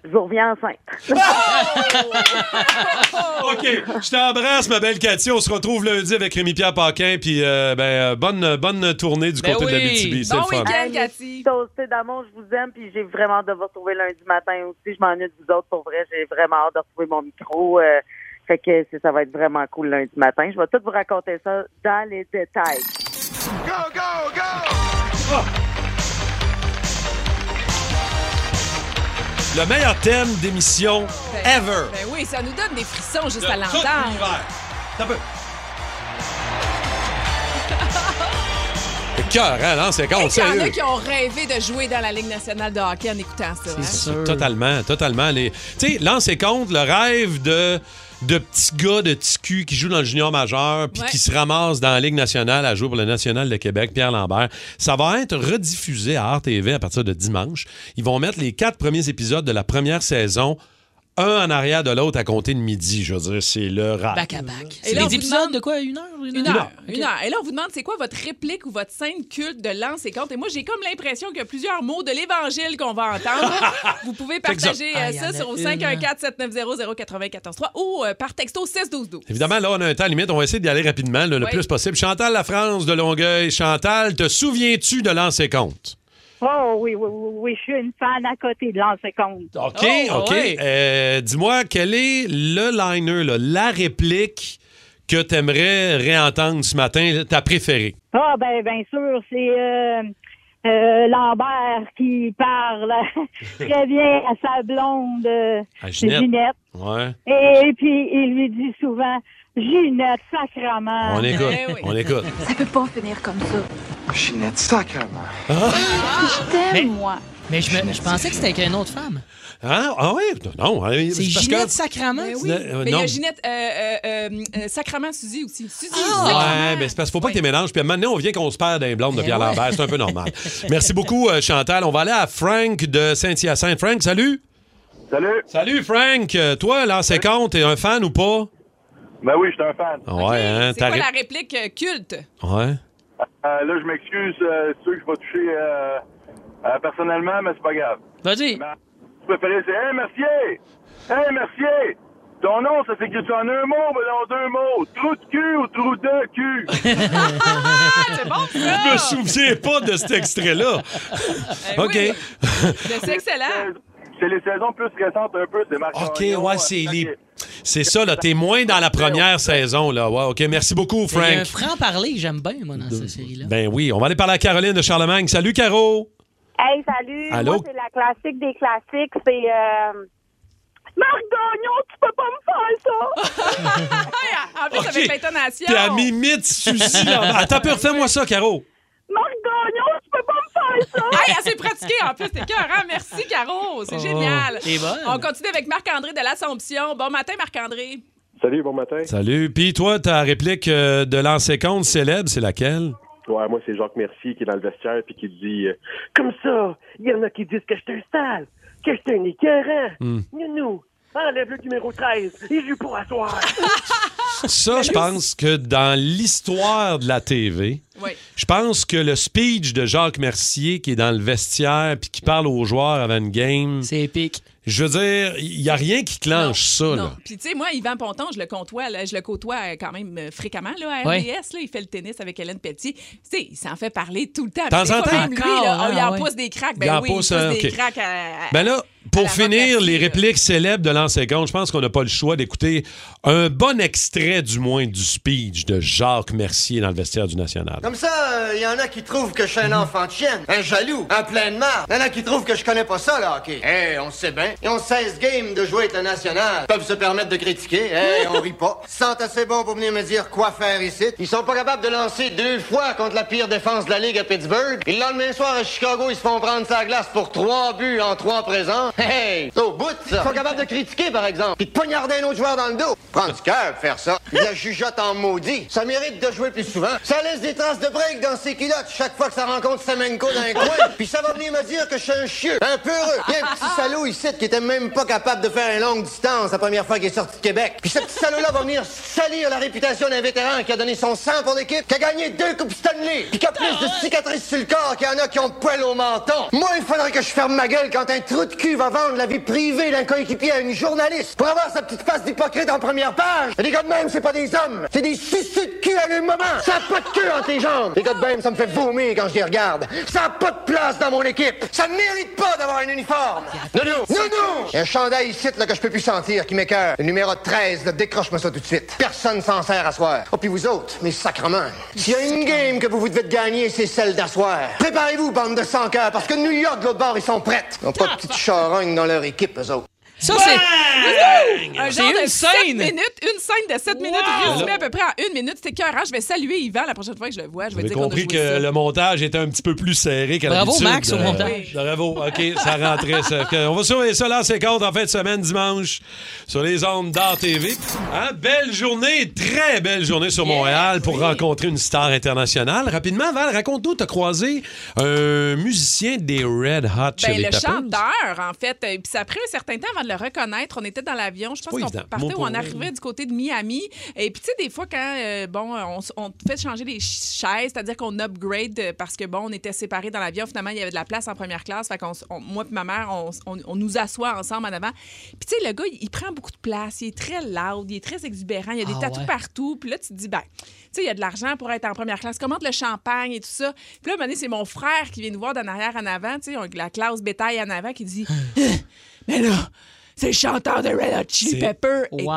[SPEAKER 9] Je vous reviens enceinte.
[SPEAKER 12] Oh!
[SPEAKER 2] OK. Je t'embrasse, ma belle Cathy. On se retrouve lundi avec Rémi-Pierre Paquin. Puis, euh, ben, euh, bonne, bonne tournée du
[SPEAKER 3] Ben
[SPEAKER 2] côté de la
[SPEAKER 3] oui.
[SPEAKER 2] BTB. C'est
[SPEAKER 12] Bon
[SPEAKER 2] le fun.
[SPEAKER 12] week-end,
[SPEAKER 9] Hey,
[SPEAKER 12] Cathy.
[SPEAKER 9] Toasté d'amour, je vous aime. Puis j'ai vraiment hâte de vous retrouver lundi matin aussi. Je m'ennuie de vous autres pour vrai. J'ai vraiment hâte de retrouver mon micro. euh, fait que c'est- ça va être vraiment cool lundi matin. Je vais tout vous raconter ça dans les détails.
[SPEAKER 2] Le meilleur thème d'émission ever.
[SPEAKER 12] Ben oui, ça nous donne des frissons juste à
[SPEAKER 2] De tout
[SPEAKER 13] Ah.
[SPEAKER 12] l'entendre.
[SPEAKER 2] l'univers. T'as peu. Le cœur, hein, non? C'est con,
[SPEAKER 12] Il y en a
[SPEAKER 2] sérieux.
[SPEAKER 12] qui ont rêvé de jouer dans la Ligue nationale de hockey en écoutant ça. hein.
[SPEAKER 2] Totalement, totalement. Les... Tu sais, lance et compte, le rêve de, de petits gars de petits culs qui jouent dans le junior majeur puis
[SPEAKER 12] Ouais.
[SPEAKER 2] qui se ramassent dans la Ligue nationale à jouer pour le National de Québec, Pierre Lambert. Ça va être rediffusé à RTV à partir de dimanche. Ils vont mettre les quatre premiers épisodes de la première saison, un en arrière de l'autre à compter de midi. Je veux dire, c'est le rêve.
[SPEAKER 3] Back à back.
[SPEAKER 12] Et là, on
[SPEAKER 3] les
[SPEAKER 12] vous
[SPEAKER 3] épisodes de quoi? Une heure?
[SPEAKER 12] Une heure. Une heure. Et là, on vous demande c'est quoi votre réplique ou votre scène culte de lance et compte. Et moi, j'ai comme l'impression qu'il y a plusieurs mots de l'Évangile qu'on va entendre. vous pouvez partager
[SPEAKER 3] Ah,
[SPEAKER 12] euh,
[SPEAKER 3] il y en
[SPEAKER 12] ça
[SPEAKER 3] a
[SPEAKER 12] sur au
[SPEAKER 3] une.
[SPEAKER 12] 514-790-0943 ou euh, par texto 61212.
[SPEAKER 2] Évidemment, là, on a un temps limite. On va essayer d'y aller rapidement, là, le
[SPEAKER 12] Oui.
[SPEAKER 2] plus possible. Chantal La France de Longueuil. Chantal, te souviens-tu de lancer compte?
[SPEAKER 14] Oh oui, oui, oui, oui, je suis une fan à côté de l'ancien compte.
[SPEAKER 2] OK,
[SPEAKER 3] Oh,
[SPEAKER 2] OK.
[SPEAKER 3] ouais.
[SPEAKER 2] Euh, Dis-moi, quel est le liner, là, la réplique que tu aimerais réentendre ce matin, ta préférée?
[SPEAKER 14] Ah ben bien sûr, c'est euh, euh, Lambert qui parle très bien à sa blonde euh,
[SPEAKER 2] À Ginette.
[SPEAKER 14] Ginette.
[SPEAKER 2] Ouais.
[SPEAKER 14] Et, puis il lui dit souvent Ginette, sacrement.
[SPEAKER 2] On écoute.
[SPEAKER 12] Eh oui.
[SPEAKER 2] On écoute.
[SPEAKER 14] Ça peut pas finir comme ça.
[SPEAKER 7] Ginette, sacrément.
[SPEAKER 14] Je t'aime, moi.
[SPEAKER 3] Mais je, me- je pensais que c'était avec une autre femme.
[SPEAKER 2] Hein? Ah oui? Non. hein,
[SPEAKER 4] C'est
[SPEAKER 2] parce que-
[SPEAKER 4] Ginette Sacrament? Mais oui.
[SPEAKER 2] Euh,
[SPEAKER 4] Mais il y
[SPEAKER 2] non.
[SPEAKER 4] a Ginette euh, euh, euh, euh, Sacrament Suzy aussi. Suzy
[SPEAKER 3] Ah!
[SPEAKER 2] Ouais, mais c'est parce qu'il faut pas que tu les mélanges. Puis maintenant, on vient qu'on se perd d'un blonde de
[SPEAKER 4] Ben
[SPEAKER 2] Pierre
[SPEAKER 4] ouais.
[SPEAKER 2] Lambert. C'est un peu normal. Merci beaucoup, euh, Chantal. On va aller à Frank de Saint-Hyacinthe. Frank, salut.
[SPEAKER 11] Salut.
[SPEAKER 2] Salut, Frank. Euh, Toi, l'ancien compte, t'es un fan ou pas?
[SPEAKER 11] Ben oui, je suis un fan.
[SPEAKER 2] Ouais, hein?
[SPEAKER 4] C'est
[SPEAKER 2] t'as
[SPEAKER 4] quoi
[SPEAKER 2] ri-
[SPEAKER 4] la réplique euh, culte?
[SPEAKER 2] Ouais.
[SPEAKER 11] Euh, là, je m'excuse, euh, ceux que je vais toucher euh, euh, personnellement, mais c'est pas grave.
[SPEAKER 3] Vas-y.
[SPEAKER 11] Ma préférée, c'est Hey, Mercier! Hey, Mercier! Ton nom, ça s'écrit en un mot, ben en deux mots. Trou de cul ou trou de cul?
[SPEAKER 2] Je me souviens pas de cet extrait-là. OK.
[SPEAKER 4] Ben C'est excellent.
[SPEAKER 11] C'est les saisons plus récentes, un peu, c'est Marc
[SPEAKER 2] OK,
[SPEAKER 11] Gagnon,
[SPEAKER 2] ouais,
[SPEAKER 11] euh,
[SPEAKER 2] c'est les- C'est ça, là. T'es moins dans la première saison, là. Ouais, OK. Merci beaucoup,
[SPEAKER 3] Il y a un
[SPEAKER 2] Frank.
[SPEAKER 3] franc-parler que j'aime bien, moi, dans cette série-là.
[SPEAKER 2] Ben oui, on va aller parler à Caroline de Charlemagne. Salut, Caro.
[SPEAKER 14] Hey, salut.
[SPEAKER 2] Allô?
[SPEAKER 14] Moi, c'est la classique des classiques. C'est. Euh... Marc Gagnon, tu peux pas me faire ça!
[SPEAKER 4] Ouais, en plus,
[SPEAKER 2] Ok.
[SPEAKER 4] avec l'intonation.
[SPEAKER 2] T'es à mimite, Suzy. là. Attends, peu, refais-moi ça, Caro.
[SPEAKER 4] Marc Gagnon, tu peux pas me faire ça! hey, elle s'est pratiquée en plus, t'es cœur, hein? Merci, Caro, c'est
[SPEAKER 11] Oh,
[SPEAKER 4] génial.
[SPEAKER 11] t'es bonne.
[SPEAKER 4] On continue avec Marc-André de l'Assomption. Bon matin, Marc-André.
[SPEAKER 11] Salut, bon matin.
[SPEAKER 2] Salut. Puis toi, ta réplique euh, de l'ancien compte célèbre, c'est laquelle?
[SPEAKER 11] Ouais, moi, c'est Jacques Mercier qui est dans le vestiaire puis qui dit euh,
[SPEAKER 15] Comme ça, il y en a qui disent que j'étais un sale, que j'étais un écœurant.
[SPEAKER 2] Hmm.
[SPEAKER 15] Nounou, enlève le numéro 13 et je pour asseoir.
[SPEAKER 2] Ça, je pense que dans l'histoire de la TV,
[SPEAKER 15] Oui.
[SPEAKER 2] je pense que le speech de Jacques Mercier qui est dans le vestiaire puis qui parle aux joueurs avant une game.
[SPEAKER 3] C'est épique.
[SPEAKER 2] Je veux dire, il n'y a rien qui clenche ça, Oh, là.
[SPEAKER 4] Puis, tu sais, moi, Yvan Ponton, je le côtoie, là, je le côtoie euh, quand même euh, fréquemment là, à RDS.
[SPEAKER 2] Ouais.
[SPEAKER 4] là, il fait le tennis avec Hélène Pelletier. Tu sais, il s'en fait parler tout le temps.
[SPEAKER 2] De temps
[SPEAKER 4] Puis des
[SPEAKER 2] en
[SPEAKER 4] fois,
[SPEAKER 2] temps.
[SPEAKER 4] Même lui, là,
[SPEAKER 2] Encore,
[SPEAKER 4] oh, il en
[SPEAKER 2] hein, ouais.
[SPEAKER 4] pousse des cracks.
[SPEAKER 2] Il
[SPEAKER 4] Ben
[SPEAKER 2] en
[SPEAKER 4] oui,
[SPEAKER 2] pousse,
[SPEAKER 4] il pousse
[SPEAKER 2] hein,
[SPEAKER 4] des
[SPEAKER 2] ok.
[SPEAKER 4] cracks à- Euh, à-
[SPEAKER 2] Ben là, pour finir, les répliques célèbres de l'an 50, je pense qu'on n'a pas le choix d'écouter un bon extrait, du moins, du speech de Jacques Mercier dans le vestiaire du National.
[SPEAKER 16] Comme ça, il y en a qui trouvent que je suis un enfant de chienne, un jaloux, un plein de marre. Il y en a qui trouvent que je connais pas ça, le hockey. Eh, on sait bien. Ils ont 16 games de jouer avec le national. Ils peuvent se permettre de critiquer. Eh, on rit pas. Ils se sentent assez bons pour venir me dire quoi faire ici. Ils sont pas capables de lancer deux fois contre la pire défense de la Ligue à Pittsburgh. Et le lendemain soir à Chicago, ils se font prendre sa glace pour trois buts en trois présents. Hey, c'est au bout de ça. Ils sont capables de critiquer, par exemple. Puis de poignarder un autre joueur dans le dos. Prendre du cœur pour faire ça. Il la jugeote en maudit. Ça mérite de jouer plus souvent. Ça laisse des traces de break dans ses culottes chaque fois que ça rencontre Semenko dans un coin. Puis ça va venir me dire que je suis un chieux, un peureux. Il y a un petit salaud ici qui était même pas capable de faire une longue distance la première fois qu'il est sorti de Québec. Puis ce petit salaud-là va venir salir la réputation d'un vétéran qui a donné son sang pour l'équipe, qui a gagné deux coupes Stanley, puis qui a plus de cicatrices sur le corps qu'il y en a qui ont de poil au menton. Moi, il faudrait que je ferme ma gueule quand un trou de cul va vendre la vie privée d'un coéquipier à une journaliste pour avoir sa petite face d'hypocrite en première page. Et les gars de même, c'est pas des hommes, c'est des suceux de cul à un moment. Ça a pas de queue entre les jambes. Les gars de même, ça me fait vomir quand je les regarde. Ça a pas de place dans mon équipe. Ça ne mérite pas d'avoir un uniforme. Non, non, non, non. Il y a un chandail ici là, que je peux plus sentir qui m'écœure. Le numéro 13, là, décroche-moi ça tout de suite. Personne s'en sert à soir. Oh, puis vous autres, mes sacrements. S'il y a une game que vous vous devez de gagner, c'est celle d'asseoir. Préparez-vous, bande de sans cœur, parce que New York, de l'autre bord, ils sont prêts. Ils n'ont pas de petites charognes dans leur équipe, eux autres.
[SPEAKER 3] Ça, c'est.
[SPEAKER 4] Wouhou! Un
[SPEAKER 3] C'est
[SPEAKER 4] genre
[SPEAKER 3] une
[SPEAKER 4] de
[SPEAKER 3] scène.
[SPEAKER 4] 7 minutes, une scène de 7 minutes résumée à peu près en une minute. C'était cœur. hein? Je vais saluer Yvan la prochaine fois que je le vois. Je vais
[SPEAKER 2] J'ai
[SPEAKER 4] dire qu'on a
[SPEAKER 2] compris
[SPEAKER 4] joué
[SPEAKER 2] que
[SPEAKER 4] ça.
[SPEAKER 2] le montage était un petit peu plus serré qu'à
[SPEAKER 3] Bravo,
[SPEAKER 2] l'habitude. Euh,
[SPEAKER 3] Max, au montage.
[SPEAKER 2] bravo. OK, ça rentrait. ça. OK, On va surveiller ça là, c'est compte en fin de semaine, dimanche, sur les ondes d'art TV. Hein, Belle journée, très belle journée sur Montréal pour rencontrer une star internationale. Rapidement, Val, raconte-nous, t'as croisé un musicien des Red
[SPEAKER 4] Ben,
[SPEAKER 2] Hot Chili
[SPEAKER 4] le
[SPEAKER 2] Peppers.
[SPEAKER 4] chanteur, en fait. Euh, Puis ça a pris un certain temps avant de le reconnaître. On était dans l'avion. Je
[SPEAKER 2] pas
[SPEAKER 4] pense qu'on
[SPEAKER 2] évident.
[SPEAKER 4] partait
[SPEAKER 2] Mot
[SPEAKER 4] ou
[SPEAKER 2] pour
[SPEAKER 4] on
[SPEAKER 2] mot.
[SPEAKER 4] arrivait du côté de Miami. Et puis, tu sais, des fois, quand, euh, bon, on, s- on te fait changer les ch- chaises, c'est-à-dire qu'on upgrade euh, parce que, bon, on était séparés dans l'avion. Finalement, il y avait de la place en première classe. Fait qu'on, s- on- moi et ma mère, on, s- on- on nous assoit ensemble en avant. Puis, tu sais, le gars, il, il prend beaucoup de place. Il est très loud. Il est très exubérant. Il y a des
[SPEAKER 17] Ah,
[SPEAKER 4] tatous
[SPEAKER 17] ouais.
[SPEAKER 4] partout. Puis là, tu te dis, ben, tu sais, il y a de l'argent pour être en première classe. Commande le champagne et tout ça. Puis là, à un moment donné, c'est mon frère qui vient nous voir d'en arrière en avant, tu sais, on- la classe bétail en avant, qui dit, mais là, C'est le chanteur de Red Hot Chili
[SPEAKER 2] C'est-
[SPEAKER 4] Pepper.
[SPEAKER 2] Wow.
[SPEAKER 4] Écoute,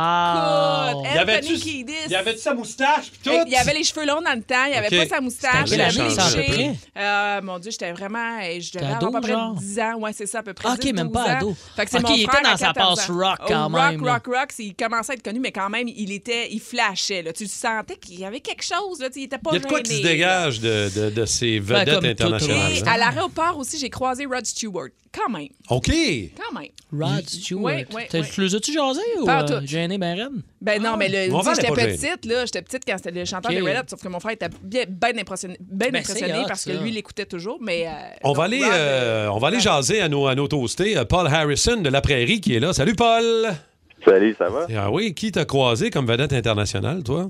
[SPEAKER 2] Y avait-tu-
[SPEAKER 4] Anthony Kiedis.
[SPEAKER 2] y avait-tu sa moustache pis tout?
[SPEAKER 4] Eh, Il y avait les cheveux longs dans le temps, il y avait
[SPEAKER 2] Ok.
[SPEAKER 4] pas sa moustache.
[SPEAKER 2] C'était
[SPEAKER 4] il
[SPEAKER 2] à
[SPEAKER 4] avait
[SPEAKER 2] quelle année, ça, à peu
[SPEAKER 4] léché.
[SPEAKER 2] près?
[SPEAKER 4] Euh, mon Dieu, j'étais vraiment... eh, Je devais
[SPEAKER 3] T'es
[SPEAKER 4] avoir à peu
[SPEAKER 3] ado, genre? Ah,
[SPEAKER 4] près 10 ans. Ouais, c'est ça, à peu près
[SPEAKER 3] Ok,
[SPEAKER 4] 10,
[SPEAKER 3] même
[SPEAKER 4] 12
[SPEAKER 3] pas
[SPEAKER 4] ans.
[SPEAKER 3] ado.
[SPEAKER 4] Fait que c'est
[SPEAKER 3] Ok,
[SPEAKER 4] mon
[SPEAKER 3] il était
[SPEAKER 4] frère
[SPEAKER 3] dans
[SPEAKER 4] à
[SPEAKER 3] sa
[SPEAKER 4] 14
[SPEAKER 3] passe
[SPEAKER 4] ans.
[SPEAKER 3] rock quand
[SPEAKER 4] Oh, rock,
[SPEAKER 3] même, là.
[SPEAKER 4] Rock, rock, rock. Il commençait à être connu, mais quand même, il était... Il flashait, là. Tu le sentais qu'il y avait quelque chose, là. Tu sais, Il était pas
[SPEAKER 2] Il y a de quoi qui se
[SPEAKER 4] gêné, là. Ben,
[SPEAKER 2] dégage de, de- de ces vedettes
[SPEAKER 3] comme tout,
[SPEAKER 2] internationales.
[SPEAKER 4] Et
[SPEAKER 2] hein?
[SPEAKER 4] à l'aéroport aussi, j'ai croisé Rod Stewart. Quand même,
[SPEAKER 2] OK.
[SPEAKER 4] quand même.
[SPEAKER 3] Rod Stewart.
[SPEAKER 4] Ouais, ouais,
[SPEAKER 3] T'as-
[SPEAKER 4] ouais.
[SPEAKER 3] Tu les as-tu jasés ou
[SPEAKER 4] Pas en
[SPEAKER 3] euh,
[SPEAKER 4] tout.
[SPEAKER 3] gêné ben raide?
[SPEAKER 4] Ben non, mais le,
[SPEAKER 3] Ah. Mon
[SPEAKER 4] dis,
[SPEAKER 3] frère
[SPEAKER 4] j'étais
[SPEAKER 3] n'est pas gêné.
[SPEAKER 4] petite, là. J'étais petite quand c'était le chanteur
[SPEAKER 3] Ok.
[SPEAKER 4] de Red Hot, sauf que mon frère était bien, bien impressionné, bien
[SPEAKER 3] Ben,
[SPEAKER 4] impressionné
[SPEAKER 3] c'est hot,
[SPEAKER 4] parce que
[SPEAKER 3] ça.
[SPEAKER 4] lui, il l'écoutait toujours, mais... euh,
[SPEAKER 2] On va, aller, euh, on va aller jaser à nos, à nos toastés. Euh, Paul Harrison de La Prairie qui est là. Salut, Paul!
[SPEAKER 17] Salut, ça va?
[SPEAKER 2] Ah oui, qui t'a croisé comme vedette internationale, toi?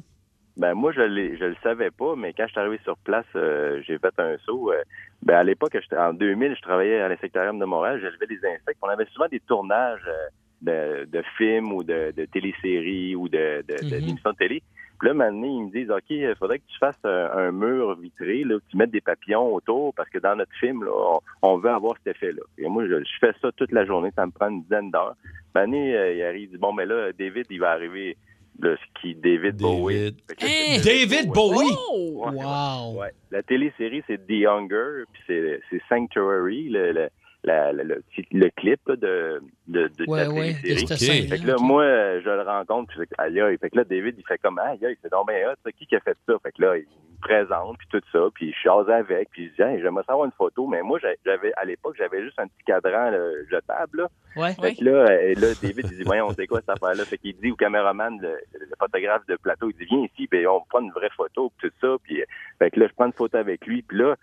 [SPEAKER 17] Ben moi, je l'ai- je le savais pas, mais quand je suis arrivé sur place, euh, j'ai fait un saut. euh, ben à l'époque, j'étais- en 2000, je travaillais à l'insectarium de Montréal, j'élevais des insectes. On avait souvent des tournages euh, de, de films ou de, de téléséries ou de, de, de-
[SPEAKER 18] Mhm.
[SPEAKER 17] d'émissions de télé. Puis là, maintenant, ils me disent, OK, il faudrait que tu fasses un, un mur vitré, là, que tu mettes des papillons autour, parce que dans notre film, là, on, on veut avoir cet effet-là. Et moi, je, je fais ça toute la journée, ça me prend une dizaine d'heures. Maintenant, euh, il arrive, il dit, bon, mais là, David, il va arriver, le ski David, Bowie. Fait que-
[SPEAKER 2] David Bowie!
[SPEAKER 4] Oh!
[SPEAKER 3] Wow!
[SPEAKER 17] Ouais. La télésérie, c'est The Hunger, puis c'est, c'est Sanctuary, le, le, la- le- le petit- le clip là, de, de, de, de
[SPEAKER 3] Ouais,
[SPEAKER 17] la
[SPEAKER 3] ouais,
[SPEAKER 17] télésérie.
[SPEAKER 3] de cette scène-là,
[SPEAKER 17] Fait que là,
[SPEAKER 3] ok.
[SPEAKER 17] moi, euh, je le rencontre, puis je fais aïe, aïe. Fait que là, David, il fait comme aïe, aïe, c'est donc bien hot, ça. qui qui a fait ça? Fait que là, il me présente, puis tout ça, puis je chase avec, puis je dis, Hey, j'aimerais savoir une photo, mais moi, j'a- j'avais, à l'époque, j'avais juste un petit cadran là, jetable, là.
[SPEAKER 3] Ouais.
[SPEAKER 17] Fait que là, euh, là, David, il dit, voyons, c'est quoi cette affaire-là? Fait qu'il dit au caméraman, le, le photographe de plateau, il dit, viens ici, puis on prend une vraie photo, puis tout ça. Puis, euh, fait que là, je prends une photo avec lui, puis là,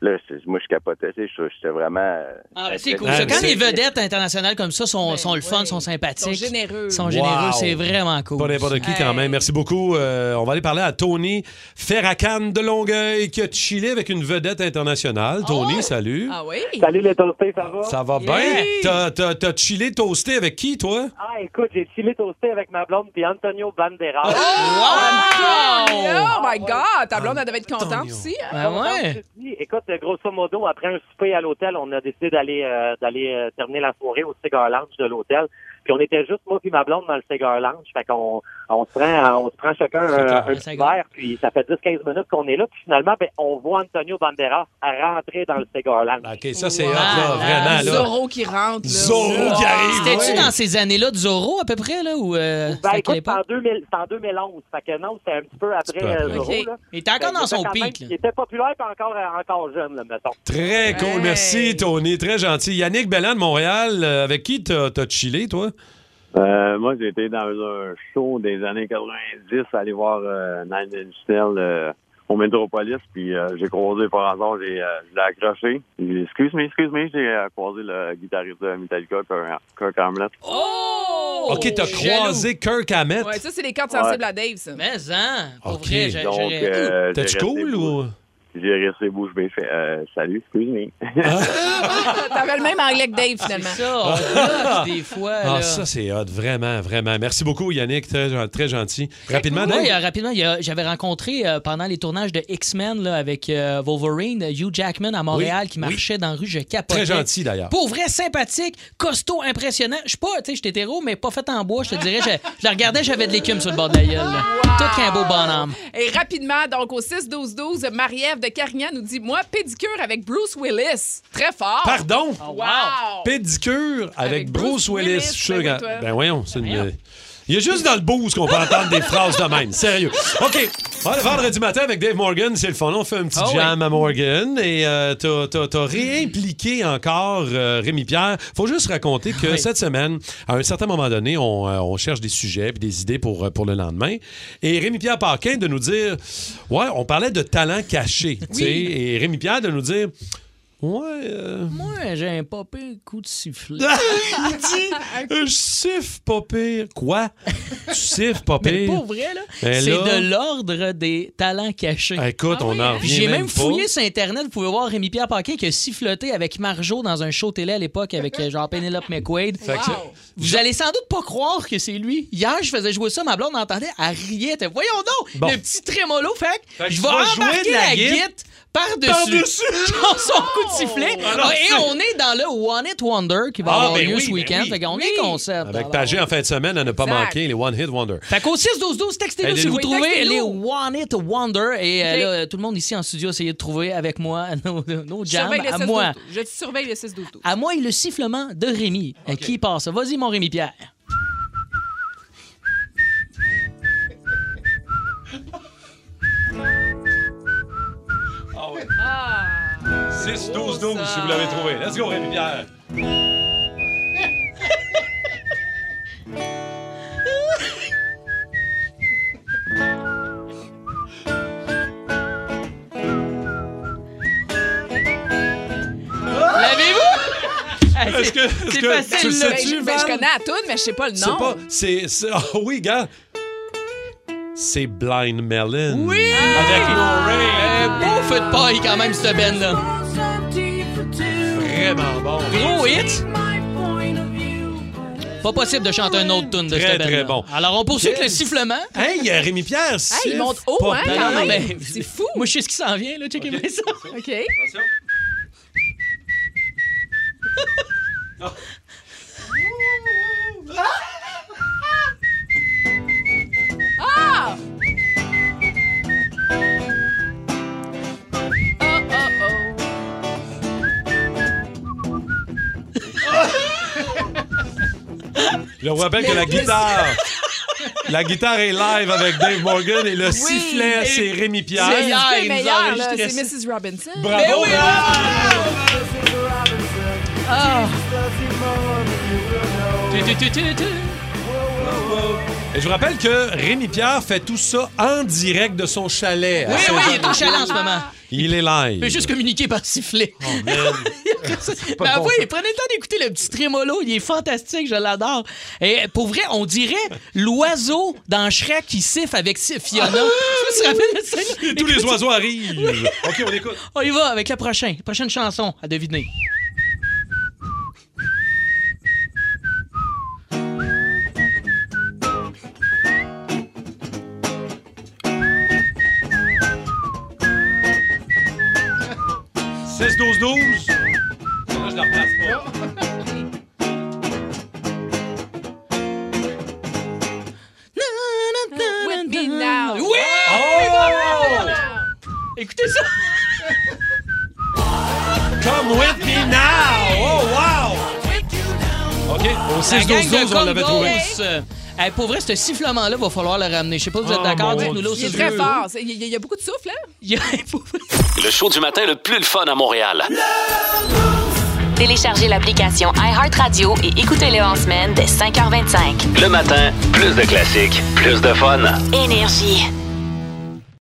[SPEAKER 17] là, je- moi, je capotais, tu sais, je- j'étais vraiment... euh,
[SPEAKER 3] Ah, ben, c'est cool.
[SPEAKER 17] impressionné.
[SPEAKER 3] ça. Quand les vedettes internationales comme ça sont, sont le fun, sont sympathiques.
[SPEAKER 4] Ben Ils sont généreux.
[SPEAKER 3] sont généreux,
[SPEAKER 2] Wow.
[SPEAKER 3] c'est vraiment cool.
[SPEAKER 2] Pas n'importe qui quand même. Merci beaucoup. Euh, on va aller parler à Tony Ferracan de Longueuil qui a chillé avec une vedette internationale. Tony, salut.
[SPEAKER 4] Ah oui?
[SPEAKER 19] Salut les toastés, ça va?
[SPEAKER 2] Ça va bien? T'as- T'as t'as chillé toasté avec qui, toi?
[SPEAKER 19] Ah, écoute, j'ai chillé toasté avec ma blonde puis Antonio Banderas.
[SPEAKER 3] Oh!
[SPEAKER 4] Oh, Antonio! Oh my God! Ta blonde, elle devait être contente aussi. hein?
[SPEAKER 3] Ah Ben
[SPEAKER 19] Comme on dit, Écoute, grosso modo, après un souper à l'hôtel, on a décidé d'aller euh, d'aller euh, terminer la soirée au Cigar Lounge de l'hôtel. Puis on était juste moi puis ma blonde dans le Cigar Lounge. Fait qu'on on se prend euh, on se prend chacun un,
[SPEAKER 15] Cigar,
[SPEAKER 19] un petit verre. Puis ça fait 10-15 minutes qu'on est là. Puis finalement, ben, on voit Antonio Banderas à rentrer dans le Cigar Lounge.
[SPEAKER 2] Ah, OK, ça c'est hot,
[SPEAKER 3] Ah,
[SPEAKER 2] là, vraiment. Ah, Là.
[SPEAKER 4] Zorro qui rentre. là. Ah.
[SPEAKER 2] Zorro qui arrive.
[SPEAKER 3] C'était-tu
[SPEAKER 2] ouais.
[SPEAKER 3] dans ces années-là de Zorro, à peu près, là, ou euh, c'était
[SPEAKER 19] Ben,
[SPEAKER 3] à quelle
[SPEAKER 19] écoute, c'est
[SPEAKER 3] époque?
[SPEAKER 19] en, 2000 c'est en 2011. Fait que non, c'était un petit peu après
[SPEAKER 2] peu après.
[SPEAKER 19] euh, Zorro.
[SPEAKER 3] Ok.
[SPEAKER 19] là.
[SPEAKER 3] Il était encore
[SPEAKER 19] Ben,
[SPEAKER 3] dans son
[SPEAKER 19] quand même-
[SPEAKER 3] pic, là.
[SPEAKER 19] Il était populaire puis encore, euh, encore jeune, là, mettons.
[SPEAKER 2] Très cool. Merci, Tony. Très gentil. Yannick Belland de Montréal, euh, avec qui t'as t'as chillé, toi?
[SPEAKER 13] Euh, moi, j'étais dans un show des années 90, aller voir euh, Nine Inch Nails euh, au Metropolis, puis euh, j'ai croisé par hasard, j'ai, euh, je l'ai accroché. J'ai dit, excuse me, excuse me, j'ai euh, croisé le guitariste de Metallica, Kirk- Kirk Hamlet.
[SPEAKER 4] Oh!
[SPEAKER 2] OK, t'as Ah, croisé Kirk Hammett.
[SPEAKER 4] Ouais, ça, c'est les cartes
[SPEAKER 13] Ouais.
[SPEAKER 4] sensibles à Dave, ça.
[SPEAKER 3] Mais, hein! Pour
[SPEAKER 2] OK.
[SPEAKER 3] vrai, j'ai-
[SPEAKER 13] Donc,
[SPEAKER 3] j'aurais-
[SPEAKER 13] euh, j'ai
[SPEAKER 2] T'as-tu
[SPEAKER 13] resté
[SPEAKER 2] cool ou...
[SPEAKER 13] J'ai resté bouche bée, fait, euh, salut, excuse me.
[SPEAKER 4] Ah. T'avais le même anglais que Dave, finalement.
[SPEAKER 3] C'est ça, on lodge des fois.
[SPEAKER 2] Ah,
[SPEAKER 3] là.
[SPEAKER 2] ça, c'est hot. Vraiment, vraiment. Merci beaucoup, Yannick. Très, gen- très gentil. Rapidement,
[SPEAKER 3] Ouais, euh,
[SPEAKER 2] Dave.
[SPEAKER 3] rapidement, il y a- j'avais rencontré euh, pendant les tournages de X-Men là, avec euh, Wolverine, Hugh Jackman à Montréal
[SPEAKER 2] Oui,
[SPEAKER 3] qui marchait dans la rue, je capotais.
[SPEAKER 2] Très gentil, d'ailleurs.
[SPEAKER 3] Pour vrai, sympathique, costaud, impressionnant. Je suis pas, tu sais, j'étais hétéro, mais pas fait en bois, je te dirais. Je, je la regardais, j'avais de l'écume sur le bord de la gueule. là. Tout qu'un beau bonhomme.
[SPEAKER 4] Et rapidement, donc au 6-12-12, Marie-Ève de Carignan nous dit Moi, pédicure avec Bruce Willis. Très fort.
[SPEAKER 2] Pardon?
[SPEAKER 4] Oh, wow.
[SPEAKER 2] Pédicure avec, Bruce Willis.
[SPEAKER 4] Willis,
[SPEAKER 2] Je suis sûr
[SPEAKER 4] ben oui,
[SPEAKER 2] que-
[SPEAKER 4] toi.
[SPEAKER 2] ben voyons, c'est une... Il y a juste dans le boost qu'on peut entendre des phrases de même. Sérieux. OK. Ah, le vendredi matin avec Dave Morgan, c'est le fun. On fait un petit
[SPEAKER 20] Ah oui.
[SPEAKER 2] jam à Morgan. Et euh, t'as- t'as t'as réimpliqué encore euh, Rémi Pierre. Faut juste raconter que cette semaine, à un certain moment donné, on, euh, on cherche des sujets puis des idées pour, euh, pour le lendemain. Et Rémi Pierre Paquin de nous dire Ouais, on parlait de talent caché. tu sais. Et Rémi Pierre de nous dire Ouais. euh,
[SPEAKER 3] Moi, j'ai un popé coup de sifflet.
[SPEAKER 2] Il dit, euh, je siffle pas pire. Quoi? Tu siffles pas
[SPEAKER 3] Mais
[SPEAKER 2] pire?
[SPEAKER 3] pour vrai, là,
[SPEAKER 2] Ben
[SPEAKER 3] c'est
[SPEAKER 2] là-
[SPEAKER 3] de l'ordre des talents cachés. hein?
[SPEAKER 2] Ah, écoute, on en revient
[SPEAKER 3] J'ai même,
[SPEAKER 2] même pas.
[SPEAKER 3] fouillé sur Internet, vous pouvez voir Rémi-Pierre Paquin qui a siffloté avec Marjo dans un show télé à l'époque avec euh, genre Penelope McQuaid.
[SPEAKER 2] Fait que- Wow.
[SPEAKER 3] Vous allez sans doute pas croire que c'est lui. Hier, je faisais jouer ça, ma blonde entendait, elle riait. elle était, Voyons donc,
[SPEAKER 2] Bon.
[SPEAKER 3] le petit trémolo, fait, que
[SPEAKER 2] Fait que
[SPEAKER 3] je
[SPEAKER 2] tu
[SPEAKER 3] vais
[SPEAKER 2] vas jouer
[SPEAKER 3] embarquer
[SPEAKER 2] de la
[SPEAKER 3] la
[SPEAKER 2] guitare.
[SPEAKER 3] guite par-dessus son coup de sifflet.
[SPEAKER 2] Oh, Alors,
[SPEAKER 3] Ah, et
[SPEAKER 2] c'est-
[SPEAKER 3] on est dans le One It Wonder qui va
[SPEAKER 2] Ah,
[SPEAKER 3] avoir
[SPEAKER 2] ben
[SPEAKER 3] lieu
[SPEAKER 2] oui,
[SPEAKER 3] ce
[SPEAKER 2] ben
[SPEAKER 3] week-end.
[SPEAKER 2] oui.
[SPEAKER 3] Fait qu'on est concept.
[SPEAKER 2] Avec
[SPEAKER 3] alors.
[SPEAKER 2] Pagé en fin de semaine, à ne pas
[SPEAKER 3] Exact.
[SPEAKER 2] manquer les One Hit Wonder.
[SPEAKER 3] Fait qu'au 6-12-12, textez-nous
[SPEAKER 2] Aidez-nous.
[SPEAKER 3] si vous
[SPEAKER 2] Oui,
[SPEAKER 3] trouvez
[SPEAKER 2] textez-nous.
[SPEAKER 3] les One It Wonder. Et euh, là, tout le monde ici en studio a essayé de trouver avec moi nos, nos
[SPEAKER 4] Je
[SPEAKER 3] jams.
[SPEAKER 4] surveille le
[SPEAKER 3] À
[SPEAKER 4] 6-12-12.
[SPEAKER 3] moi,
[SPEAKER 4] Je surveille le 6 12
[SPEAKER 3] à moi et le sifflement de Rémi. Euh, Qui passe? Vas-y, mon Rémi Pierre.
[SPEAKER 4] Ah!
[SPEAKER 2] 6-12-12, si vous l'avez trouvé. Let's go, Rémi Pierre.
[SPEAKER 4] L'avez-vous?
[SPEAKER 2] Est-ce que- est-ce
[SPEAKER 4] Ah, C'est
[SPEAKER 2] que
[SPEAKER 4] facile,
[SPEAKER 2] tu le
[SPEAKER 4] là.
[SPEAKER 2] sais-tu,
[SPEAKER 4] Ben, je- ben, je
[SPEAKER 2] Val?
[SPEAKER 4] connais à tout, mais je sais pas le
[SPEAKER 2] C'est
[SPEAKER 4] nom.
[SPEAKER 2] pas. C'est. c'est- Ah oui, gars. C'est Blind Melon.
[SPEAKER 3] Oui!
[SPEAKER 2] Avec Lorraine.
[SPEAKER 3] Un Euh, beau feu de paille quand même, cette benne là
[SPEAKER 2] Vraiment bon.
[SPEAKER 3] Gros hit! Pas possible de chanter un autre tune de
[SPEAKER 2] Très,
[SPEAKER 3] cette
[SPEAKER 2] très
[SPEAKER 3] benne-là.
[SPEAKER 2] bon.
[SPEAKER 3] Alors, on poursuit avec le
[SPEAKER 2] Yes.
[SPEAKER 3] sifflement.
[SPEAKER 2] Hey, il y a Rémi Pierre. siffle
[SPEAKER 4] il monte haut,
[SPEAKER 2] pas
[SPEAKER 4] hein,
[SPEAKER 2] bien.
[SPEAKER 4] quand même.
[SPEAKER 3] Ben, c'est fou! Moi, je sais ce qui s'en vient, là. Checkez bien ça.
[SPEAKER 4] OK. Ah! Oh, oh,
[SPEAKER 2] Je vous rappelle que la guitare. La guitare est live avec Dave Morgan et le sifflet, c'est Rémi Pierre.
[SPEAKER 4] C'est le
[SPEAKER 2] Il nous a
[SPEAKER 4] meilleur, là,
[SPEAKER 2] enregistré
[SPEAKER 4] c'est Mrs. Robinson. hein?
[SPEAKER 2] Bravo, Ben oui,
[SPEAKER 4] Ah!
[SPEAKER 2] Et je vous rappelle que Rémi Pierre fait tout ça en direct de son chalet.
[SPEAKER 3] Eh Oui,
[SPEAKER 2] à
[SPEAKER 3] oui, il est
[SPEAKER 2] Saint-Jean.
[SPEAKER 3] au chalet en ce moment.
[SPEAKER 2] Il est live.
[SPEAKER 3] Il peut juste communiquer par sifflet.
[SPEAKER 2] Oh, pas
[SPEAKER 3] Mais
[SPEAKER 2] bon,
[SPEAKER 3] avouez,
[SPEAKER 2] ça.
[SPEAKER 3] prenez le temps d'écouter le petit trémolo, il est fantastique, je l'adore. Et pour vrai, on dirait l'oiseau dans Shrek qui siffle avec si- Fiona.
[SPEAKER 2] Ah!
[SPEAKER 3] Je me rappelle de ça.
[SPEAKER 2] Et tous les oiseaux arrivent. OK, on écoute.
[SPEAKER 3] On y va avec la prochaine, prochaine chanson à deviner.
[SPEAKER 2] C'est 12-12. Là, je la replace pas.
[SPEAKER 4] With me now.
[SPEAKER 3] Oui!
[SPEAKER 2] Oh!
[SPEAKER 3] Écoutez ça!
[SPEAKER 2] Come with me now! Oh, wow! OK, au
[SPEAKER 3] La gang
[SPEAKER 2] 6-12-12,
[SPEAKER 3] de
[SPEAKER 2] on l'avait trouvé.
[SPEAKER 3] Congos, euh, hey, pour vrai, ce sifflement-là, va falloir le ramener. Je sais pas si vous êtes
[SPEAKER 2] Ah,
[SPEAKER 3] d'accord,
[SPEAKER 2] mon
[SPEAKER 3] dites-nous là au
[SPEAKER 4] Il est
[SPEAKER 3] 6-12-12.
[SPEAKER 4] très fort. C'est- Il y, a- il y a beaucoup de souffle, hein?
[SPEAKER 6] Le show du matin le plus le fun à Montréal.
[SPEAKER 5] Téléchargez l'application iHeartRadio et écoutez-le en semaine dès 5h25.
[SPEAKER 6] Le matin, plus de classiques, plus de fun.
[SPEAKER 5] Énergie.